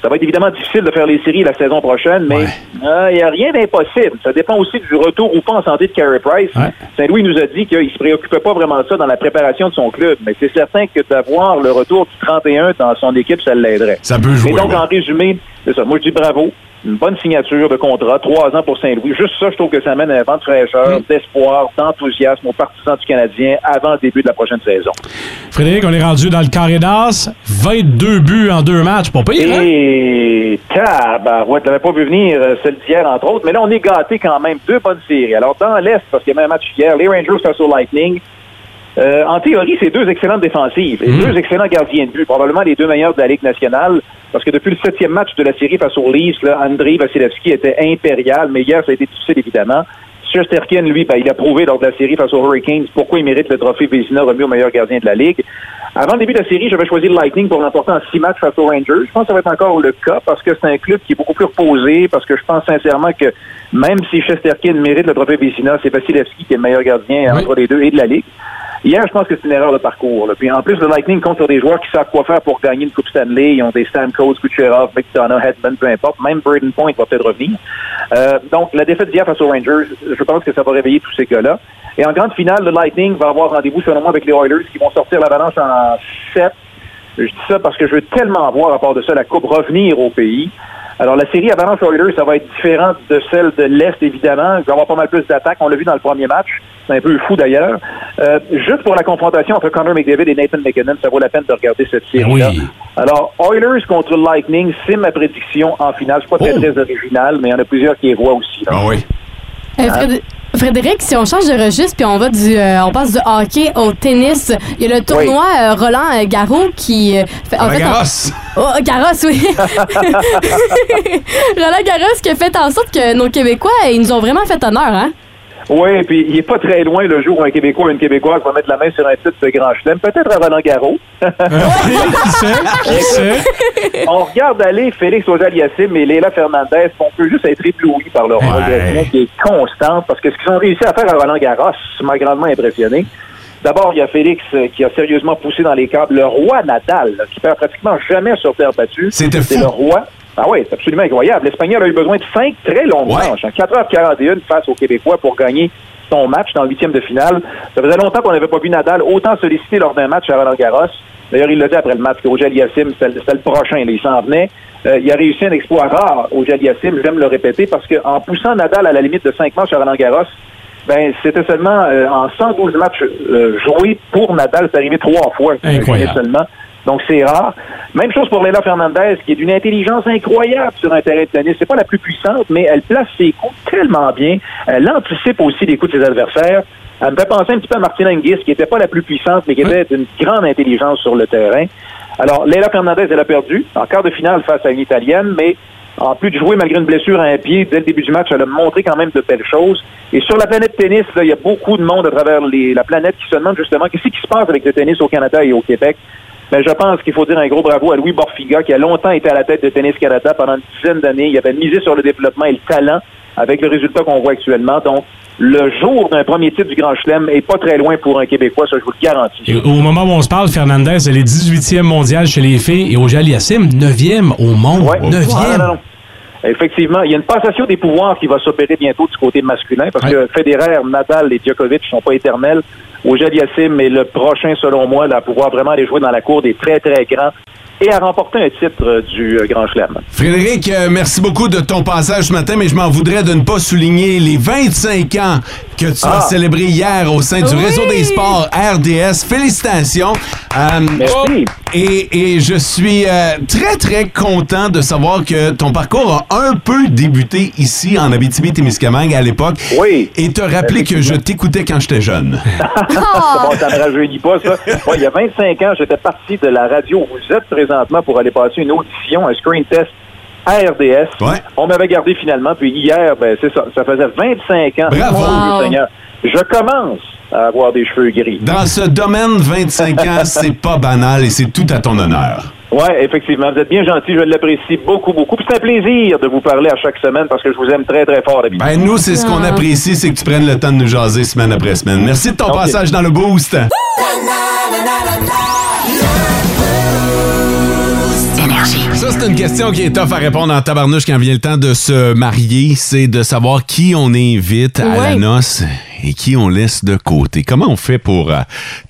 S14: Ça va être évidemment difficile de faire les séries la saison prochaine, mais euh, il n'y a rien d'impossible. Ça dépend aussi du retour ou pas en santé de Carey Price. Saint-Louis nous a dit qu'il ne se préoccupait pas vraiment de ça dans la préparation de son club, mais c'est certain que d'avoir le retour du 31 dans son équipe, ça l'aiderait.
S2: Ça peut jouer,
S14: Mais donc,
S2: ouais.
S14: en résumé, c'est ça. Moi, je dis bravo. Une bonne signature de contrat, trois ans pour Saint-Louis. Juste ça, je trouve que ça amène un vent de fraîcheur, d'espoir, d'enthousiasme aux partisans du Canadien avant le début de la prochaine saison.
S3: Frédéric, on est rendu dans le carré d'as. 22 buts en deux matchs. Pas pire, hein?
S14: Et tabarouette, t'avais pas vu venir euh, celle d'hier, entre autres. Mais là, on est gâté quand même. Deux bonnes séries. Alors, dans l'Est, parce qu'il y avait un match hier, les Rangers face au Lightning. Euh, en théorie, c'est deux excellentes défensives et deux excellents gardiens de but, probablement les deux meilleurs de la Ligue nationale, parce que depuis le septième match de la série face aux Leafs, là, Andrei Vasilevski était impérial, mais hier, ça a été difficile, évidemment. Shesterkin, lui, ben, il a prouvé lors de la série face aux Hurricanes pourquoi il mérite le trophée Vézina remis au meilleur gardien de la Ligue. Avant le début de la série, j'avais choisi le Lightning pour l'emporter en six matchs face aux Rangers. Je pense que ça va être encore le cas parce que c'est un club qui est beaucoup plus reposé, parce que je pense sincèrement que même si Shesterkin mérite le trophée Vézina, c'est Vasilevski qui est le meilleur gardien entre les deux et de la Ligue. Hier, je pense que c'est une erreur de parcours. là. Puis en plus, le Lightning compte sur des joueurs qui savent quoi faire pour gagner une Coupe Stanley. Ils ont des Stamkos, Kucherov, McDonough, Hedman, peu importe. Même Braden Point va peut-être revenir. Euh, donc, la défaite d'hier face aux Rangers, je pense que ça va réveiller tous ces gars-là. Et en grande finale, le Lightning va avoir rendez-vous, selon moi, avec les Oilers qui vont sortir l'avalanche en 7. Je dis ça parce que je veux tellement voir, à part de ça, la Coupe revenir au pays. Alors, la série Avalanche Oilers, ça va être différente de celle de l'Est, évidemment. Il va y avoir pas mal plus d'attaques. On l'a vu dans le premier match. C'est un peu fou, d'ailleurs. Euh, juste pour la confrontation entre Connor McDavid et Nathan McKinnon, ça vaut la peine de regarder cette série-là. Alors, Oilers contre Lightning, c'est ma prédiction en finale. C'est pas très, très original, mais il y en a plusieurs qui les voient aussi. Ah
S2: oui.
S4: Euh, Fréd- Frédéric, si on change de registre puis on va du, euh, on passe du hockey au tennis, il y a le tournoi euh, Roland euh, Garros qui euh, fait
S2: La
S3: Ah,
S4: on-
S2: Garros.
S4: Oh, Garros, oui. Roland Garros qui a fait en sorte que nos Québécois, ils nous ont vraiment fait honneur, hein.
S14: Oui, puis il est pas très loin le jour où un Québécois ou une Québécoise va mettre la main sur un titre de grand chelem, peut-être à Roland Garros. On regarde aller Félix Ozaliassim et Leila Fernandez, puis on peut juste être ébloui par leur progression qui est constante, parce que ce qu'ils ont réussi à faire à Roland Garros m'a grandement impressionné. D'abord, il y a Félix euh, qui a sérieusement poussé dans les câbles le roi Nadal, là, qui perd pratiquement jamais sur terre battue.
S2: C'était
S14: C'est
S2: fou.
S14: le roi. Ah oui, c'est absolument incroyable. L'Espagnol a eu besoin de cinq très longues manches, en 4h41 face aux Québécois pour gagner son match dans le huitième de finale. Ça faisait longtemps qu'on n'avait pas vu Nadal autant sollicité lors d'un match à Roland Garros. D'ailleurs, il l'a dit après le match qu'Ogel Yassim, c'était le c'était le prochain, là, il s'en venait. Euh, il a réussi un exploit rare, Ogel Yassim, j'aime le répéter, parce qu'en poussant Nadal à la limite de cinq matchs à Roland Garros, ben, c'était seulement euh, en 112 matchs euh, joués pour Nadal, c'est arrivé trois fois
S3: Incroyable.
S14: seulement. Donc c'est rare. Même chose pour Leila Fernandez, qui est d'une intelligence incroyable sur un terrain de tennis. C'est pas la plus puissante, mais elle place ses coups tellement bien. Elle anticipe aussi les coups de ses adversaires. Elle me fait penser un petit peu à Martina Hingis, qui n'était pas la plus puissante, mais qui était d'une grande intelligence sur le terrain. Alors, Leila Fernandez, elle a perdu en quart de finale face à une Italienne, mais En plus de jouer malgré une blessure à un pied, dès le début du match, elle a montré quand même de belles choses. Et sur la planète tennis, là, il y a beaucoup de monde à travers les- la planète qui se demande justement qu'est-ce qui se passe avec le tennis au Canada et au Québec. Mais je pense qu'il faut dire un gros bravo à Louis Borfiga, qui a longtemps été à la tête de Tennis Canada pendant une dizaine d'années. Il avait misé sur le développement et le talent avec le résultat qu'on voit actuellement. Donc, le jour d'un premier titre du Grand Chelem est pas très loin pour un Québécois, ça je vous le garantis.
S3: Et au moment où on se parle, Fernandez, elle est 18e mondiale chez les filles et au Aliassim, 9e au monde. 9e.
S14: Ah, Non, non, non. Effectivement, il y a une passation des pouvoirs qui va s'opérer bientôt du côté masculin parce que Federer, Nadal et Djokovic sont pas éternels. Ojed Yassim est le prochain, selon moi, là, à pouvoir vraiment aller jouer dans la cour des très, très grands et à remporter un titre euh, du euh, Grand Chelem.
S2: Frédéric, euh, merci beaucoup de ton passage ce matin, mais je m'en voudrais de ne pas souligner les 25 ans que tu
S14: Ah.
S2: as célébrés hier au sein du
S14: Oui.
S2: réseau des sports RDS. Félicitations. Euh, et, et je suis euh, très, très content de savoir que ton parcours a un peu débuté ici, en Abitibi-Témiscamingue, à l'époque.
S14: Oui.
S2: Et te rappeler que je t'écoutais quand j'étais jeune.
S14: bon, ça ne rajeunit pas, ça. Moi, il y a 25 ans, j'étais parti de la radio où vous êtes présentement pour aller passer une audition, un screen test à RDS. On m'avait gardé finalement, puis hier, ben, c'est ça, ça faisait 25 ans.
S2: Bravo.
S14: Mon Dieu
S2: Wow.
S14: Seigneur. Je commence à avoir des cheveux gris.
S2: Dans ce domaine, 25 ans, c'est pas banal et c'est tout à ton honneur.
S14: Ouais, effectivement, vous êtes bien gentil, je l'apprécie beaucoup, beaucoup. Puis c'est un plaisir de vous parler à chaque semaine parce que je vous aime très, très fort. d'habitude.
S2: Ben, nous, c'est ce qu'on
S14: Ah.
S2: apprécie, c'est que tu prennes le temps de nous jaser semaine après semaine. Merci de ton passage dans le boost. Ça, c'est une question qui est tough à répondre en tabarnouche quand vient le temps de se marier. C'est de savoir qui on invite à la
S4: Ouais.
S2: noce et qui on laisse de côté. Comment on fait pour euh,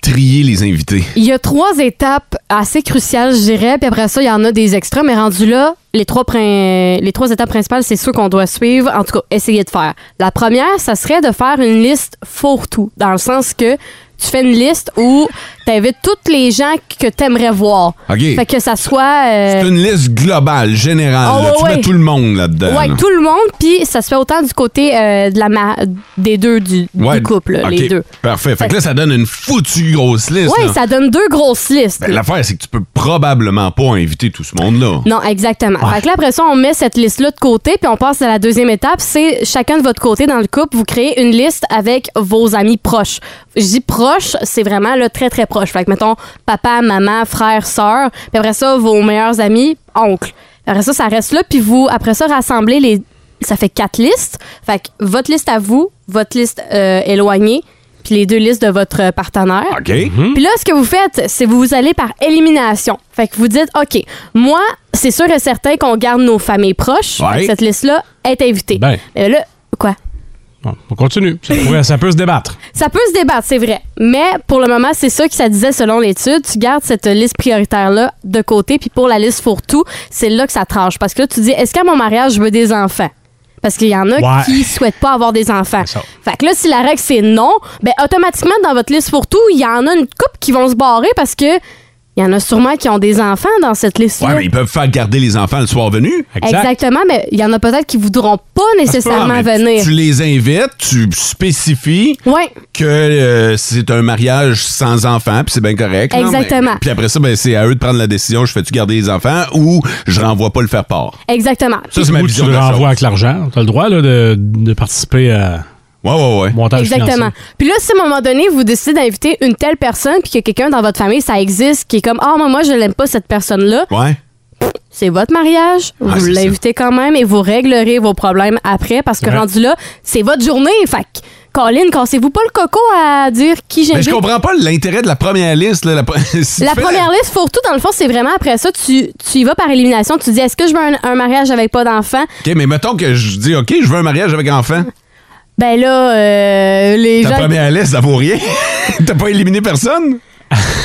S2: trier les invités?
S4: Il y a trois étapes assez cruciales, je dirais, puis après ça, il y en a des extras, mais rendu là, les trois, prin- les trois étapes principales, c'est ceux qu'on doit suivre, en tout cas, essayer de faire. La première, ça serait de faire une liste fourre-tout, dans le sens que tu fais une liste où tu invites tous les gens que tu aimerais voir.
S2: OK.
S4: Fait que ça soit... euh,
S2: C'est une liste globale, générale.
S4: Oh,
S2: là. tu
S4: ouais,
S2: mets
S4: ouais.
S2: tout le monde là-dedans.
S4: Ouais,
S2: là.
S4: tout le monde, puis ça se fait autant du côté euh, de la ma- des deux du, du
S2: Ouais,
S4: couple, là,
S2: OK,
S4: les deux.
S2: Parfait. Fait que
S4: Fait-
S2: là, ça donne une foutue grosse liste.
S4: Ouais,
S2: là.
S4: ça donne deux grosses listes.
S2: Ben, L'affaire, c'est que tu peux probablement pas inviter tout ce monde-là.
S4: Non, exactement. Fait que là, après ça, on met cette liste-là de côté, puis on passe à la deuxième étape. C'est chacun de votre côté dans le couple, vous créez une liste avec vos amis proches. Je dis proches, c'est vraiment là, très, très proche. Fait que, mettons, papa, maman, frère, sœur, puis après ça, vos meilleurs amis, oncle. Après ça, ça reste là, puis vous, après ça, rassemblez les. Ça fait quatre listes. Fait que votre liste à vous, votre liste euh, éloignée, puis les deux listes de votre euh, partenaire.
S2: OK. Mhm.
S4: Puis là, ce que vous faites, c'est vous vous allez par élimination. Fait que vous dites, OK, moi, c'est sûr et certain qu'on garde nos familles proches.
S3: Ouais.
S4: Fait que Cette liste-là est invitée.
S3: Ben.
S4: Mais là, quoi?
S3: Bon, on continue. Ça, pourrait- ça peut se débattre.
S4: Ça peut se débattre, c'est vrai. Mais pour le moment, c'est ça que ça disait selon l'étude. Tu gardes cette liste prioritaire-là de côté. Puis pour la liste fourre-tout, c'est là que ça tranche. Parce que là, tu dis, est-ce qu'à mon mariage, je veux des enfants? Parce qu'il y en a
S15: Ouais.
S4: qui souhaitent pas avoir des enfants. Fait que là, si la règle c'est non, ben automatiquement, dans votre liste fourre-tout, il y en a une coupe qui vont se barrer parce que il y en a sûrement qui ont des enfants dans cette liste-là.
S2: Ouais, mais ils peuvent faire garder les enfants le soir venu.
S4: Exactement, mais il y en a peut-être qui voudront pas nécessairement
S2: Ah, mais tu-
S4: venir.
S2: Tu les invites, tu spécifies
S4: Ouais.
S2: que euh, c'est un mariage sans enfants, puis c'est bien correct. là, mais-
S4: Exactement.
S2: Puis après ça, ben, c'est à eux de prendre la décision, je fais-tu garder les enfants ou je renvoie pas le faire part.
S4: Exactement.
S2: Ça, c'est ma
S3: Ou
S2: vision
S3: Tu
S2: de
S3: le
S2: la chose.
S3: renvoies avec l'argent. Tu as le droit là, de, de participer à.
S2: Ouais, ouais, ouais.
S3: Montage
S4: Exactement.
S3: financier.
S4: Puis là, si à un moment donné, vous décidez d'inviter une telle personne, puis que quelqu'un dans votre famille, ça existe, qui est comme, ah, moi, moi, je l'aime pas cette personne-là,
S2: Ouais.
S4: c'est votre mariage. vous
S2: Ah, c'est
S4: l'invitez quand même et vous réglerez vos problèmes après, parce que
S2: Ouais.
S4: rendu là, c'est votre journée. Fait que, Colin, cassez-vous pas le coco à dire qui
S2: Mais
S4: j'invite.
S2: Ben, je comprends pas l'intérêt de la première liste. Là, la pre- si
S4: La
S2: tu fais
S4: première liste, pour tout, dans le fond, c'est vraiment après ça, tu, tu y vas par élimination. Tu dis, est-ce que je veux un, un mariage avec pas d'enfant?
S2: OK, mais mettons que je dis, OK, je veux un mariage avec enfant.
S4: Ben là, euh, les
S2: Ta
S4: gens.
S2: première liste, ça vaut rien. T'as pas éliminé personne?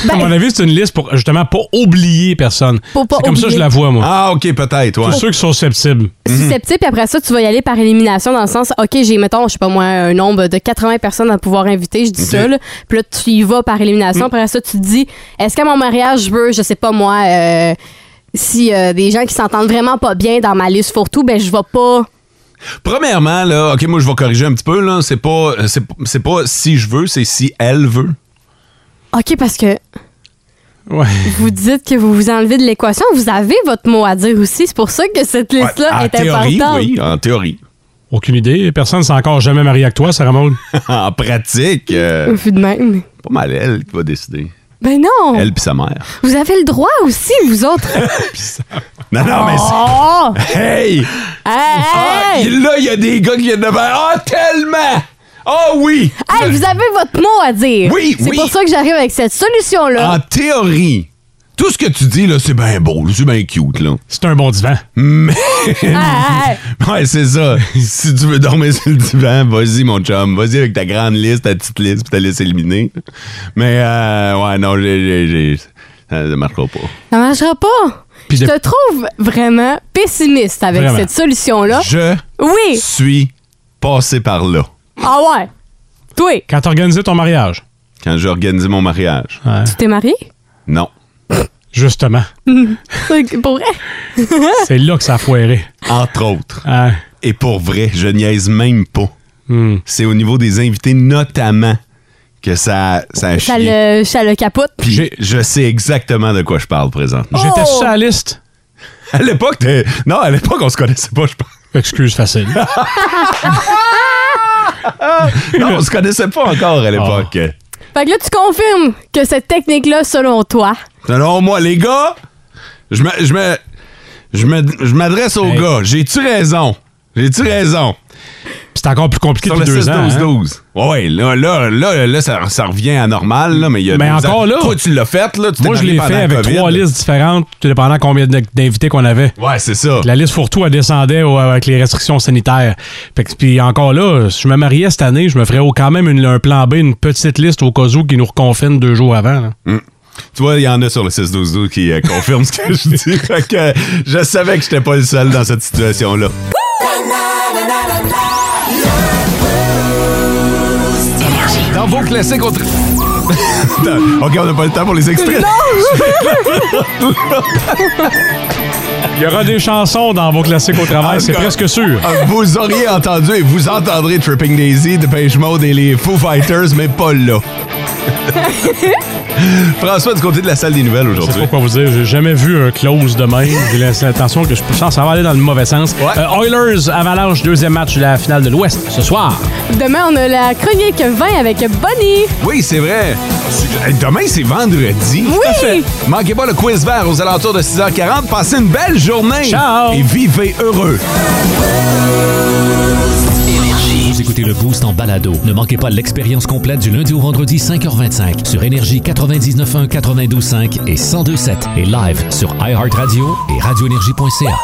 S3: À mon avis, c'est une liste pour justement pas oublier personne.
S4: Pour pas
S3: c'est comme ça que je
S4: oublier.
S3: la vois, moi.
S2: Ah, OK, peut-être.
S3: Tous ceux qui sont susceptibles.
S2: Mhm.
S4: susceptible, puis après ça, tu vas y aller par élimination dans le sens, OK, j'ai, mettons, je sais pas moi, un nombre de 80 personnes à pouvoir inviter, je dis
S3: Ok.
S4: ça, là. Puis là, tu y vas par élimination.
S2: Mhm.
S3: Mm.
S4: Après ça, tu te dis, est-ce qu'à mon mariage, je veux, je sais pas moi, euh, si euh, des gens qui s'entendent vraiment pas bien dans ma liste fourre-tout, ben je vais pas.
S2: Premièrement, là, OK, moi, je vais corriger un petit peu. là. C'est pas, c'est, c'est pas si je veux, c'est si elle veut.
S4: OK, parce que.
S3: Ouais.
S4: Vous dites que vous vous enlevez de l'équation. Vous avez votre mot à dire aussi. C'est pour ça que cette liste-là est importante.
S2: en théorie.
S3: Aucune idée. Personne s'est encore jamais marié avec toi, Sarah Maud.
S2: en pratique, euh,
S4: Au fut de même.
S2: pas mal elle qui va décider.
S4: Ben non!
S2: Elle puis sa mère.
S4: Vous avez le droit aussi, vous autres.
S2: Non, non, mais c'est-
S4: Oh!
S2: Hey! Ah, il- là, il y a des gars qui viennent de faire Ah, tellement! Ah oui!
S4: Hey, vous avez votre mot à dire.
S2: Oui,
S4: C'est
S2: oui. Ah,
S4: pour ça que j'arrive avec cette solution-là.
S2: En théorie, tout ce que tu dis, là, c'est bien beau, là, c'est bien cute, là.
S3: C'est un bon divan.
S2: Mais. ben
S4: Ah,
S2: ouais, c'est ça. Si tu veux dormir sur le divan, vas-y, mon chum. Vas-y avec ta grande liste, ta petite liste, puis ta liste éliminée. Mais, euh, ouais, non, j'ai. j'ai- j'ai- Ça ne marchera pas.
S4: Ça marchera pas.
S2: Puis
S4: je
S2: de-
S4: te trouve vraiment pessimiste avec
S2: Vraiment.
S4: cette solution-là.
S2: Je
S4: Oui.
S2: suis passé par là
S4: Ah ouais. Toi,
S3: Quand t'organisais ton mariage.
S2: quand j'ai organisé mon mariage.
S4: tu t'es marié?
S2: Non.
S3: Justement.
S4: Hmm. C'est pour vrai?
S3: C'est là que ça a foiré.
S2: Entre autres. Et pour vrai, je niaise même pas. C'est au niveau des invités, notamment, que ça, ça a
S4: ça,
S2: chié.
S4: le, ça le capote.
S2: Puis je sais exactement de quoi je parle présentement.
S3: J'étais sur la liste.
S2: À l'époque, t'es- non, à l'époque, on se connaissait pas, je pense.
S3: Excuse facile.
S2: non, on se connaissait pas encore à l'époque.
S4: Fait que là, tu confirmes que cette technique-là, selon toi,
S2: Selon moi, les gars, je me, je me, je me- je m'adresse aux gars. J'ai-tu raison? J'ai-tu raison?
S3: C'est encore plus compliqué
S2: Sur le
S3: depuis deux ans, hein.
S2: 6-12-12. Ouais, là, là, là, là, ça, ça revient à normal, là, mais il y a
S3: Mais
S2: deux
S3: encore
S2: ans-
S3: là.
S2: Toi, tu l'as fait, là. Tu t'es
S3: Moi, je
S2: marié
S3: l'ai
S2: pendant
S3: fait
S2: la
S3: avec
S2: COVID.
S3: trois listes différentes, tout dépendant combien de- d'invités qu'on avait.
S2: Ouais, c'est ça.
S3: La liste fourre-tout, elle descendait au- avec les restrictions sanitaires. Fait que, puis encore là, si je me mariais cette année, je me ferais au- quand même une- un plan B, une petite liste au cas où qui nous reconfine deux jours avant. là.
S2: Mm. Tu vois, il y en a sur le 6-12-12 qui euh, confirment ce que je dis. Fait que euh, je savais que j'étais pas le seul dans cette situation-là. Dans vos classiques, on... Attends, OK, on n'a pas le temps pour les extraits.
S3: Il y aura des chansons dans vos classiques au travail, c'est presque sûr.
S2: Ah, Vous auriez entendu et vous entendrez Tripping Daisy, Depeche Mode et les Foo Fighters, mais pas là. François, du côté de la salle des nouvelles
S3: Je sais
S2: aujourd'hui.
S3: pas quoi vous dire, j'ai jamais vu un close de même. J'ai l'attention que je pense ça va aller dans le mauvais sens. Euh, Oilers, Avalanche, deuxième match de la finale de l'Ouest ce soir.
S4: demain, on a la chronique 20 avec Bonnie.
S2: Oui, c'est vrai. Hey, Demain, c'est vendredi.
S4: Oui!
S2: Manquez pas le quiz vert aux alentours de 6h40. Passez une belle journée.
S1: Ciao!
S2: Et vivez heureux.
S1: Vous écoutez le Boost en balado. Ne manquez pas l'expérience complète du lundi au vendredi 5h25 sur Énergie 99.1, 92.5 et 102.7 et live sur iHeartRadio et radioénergie.ca.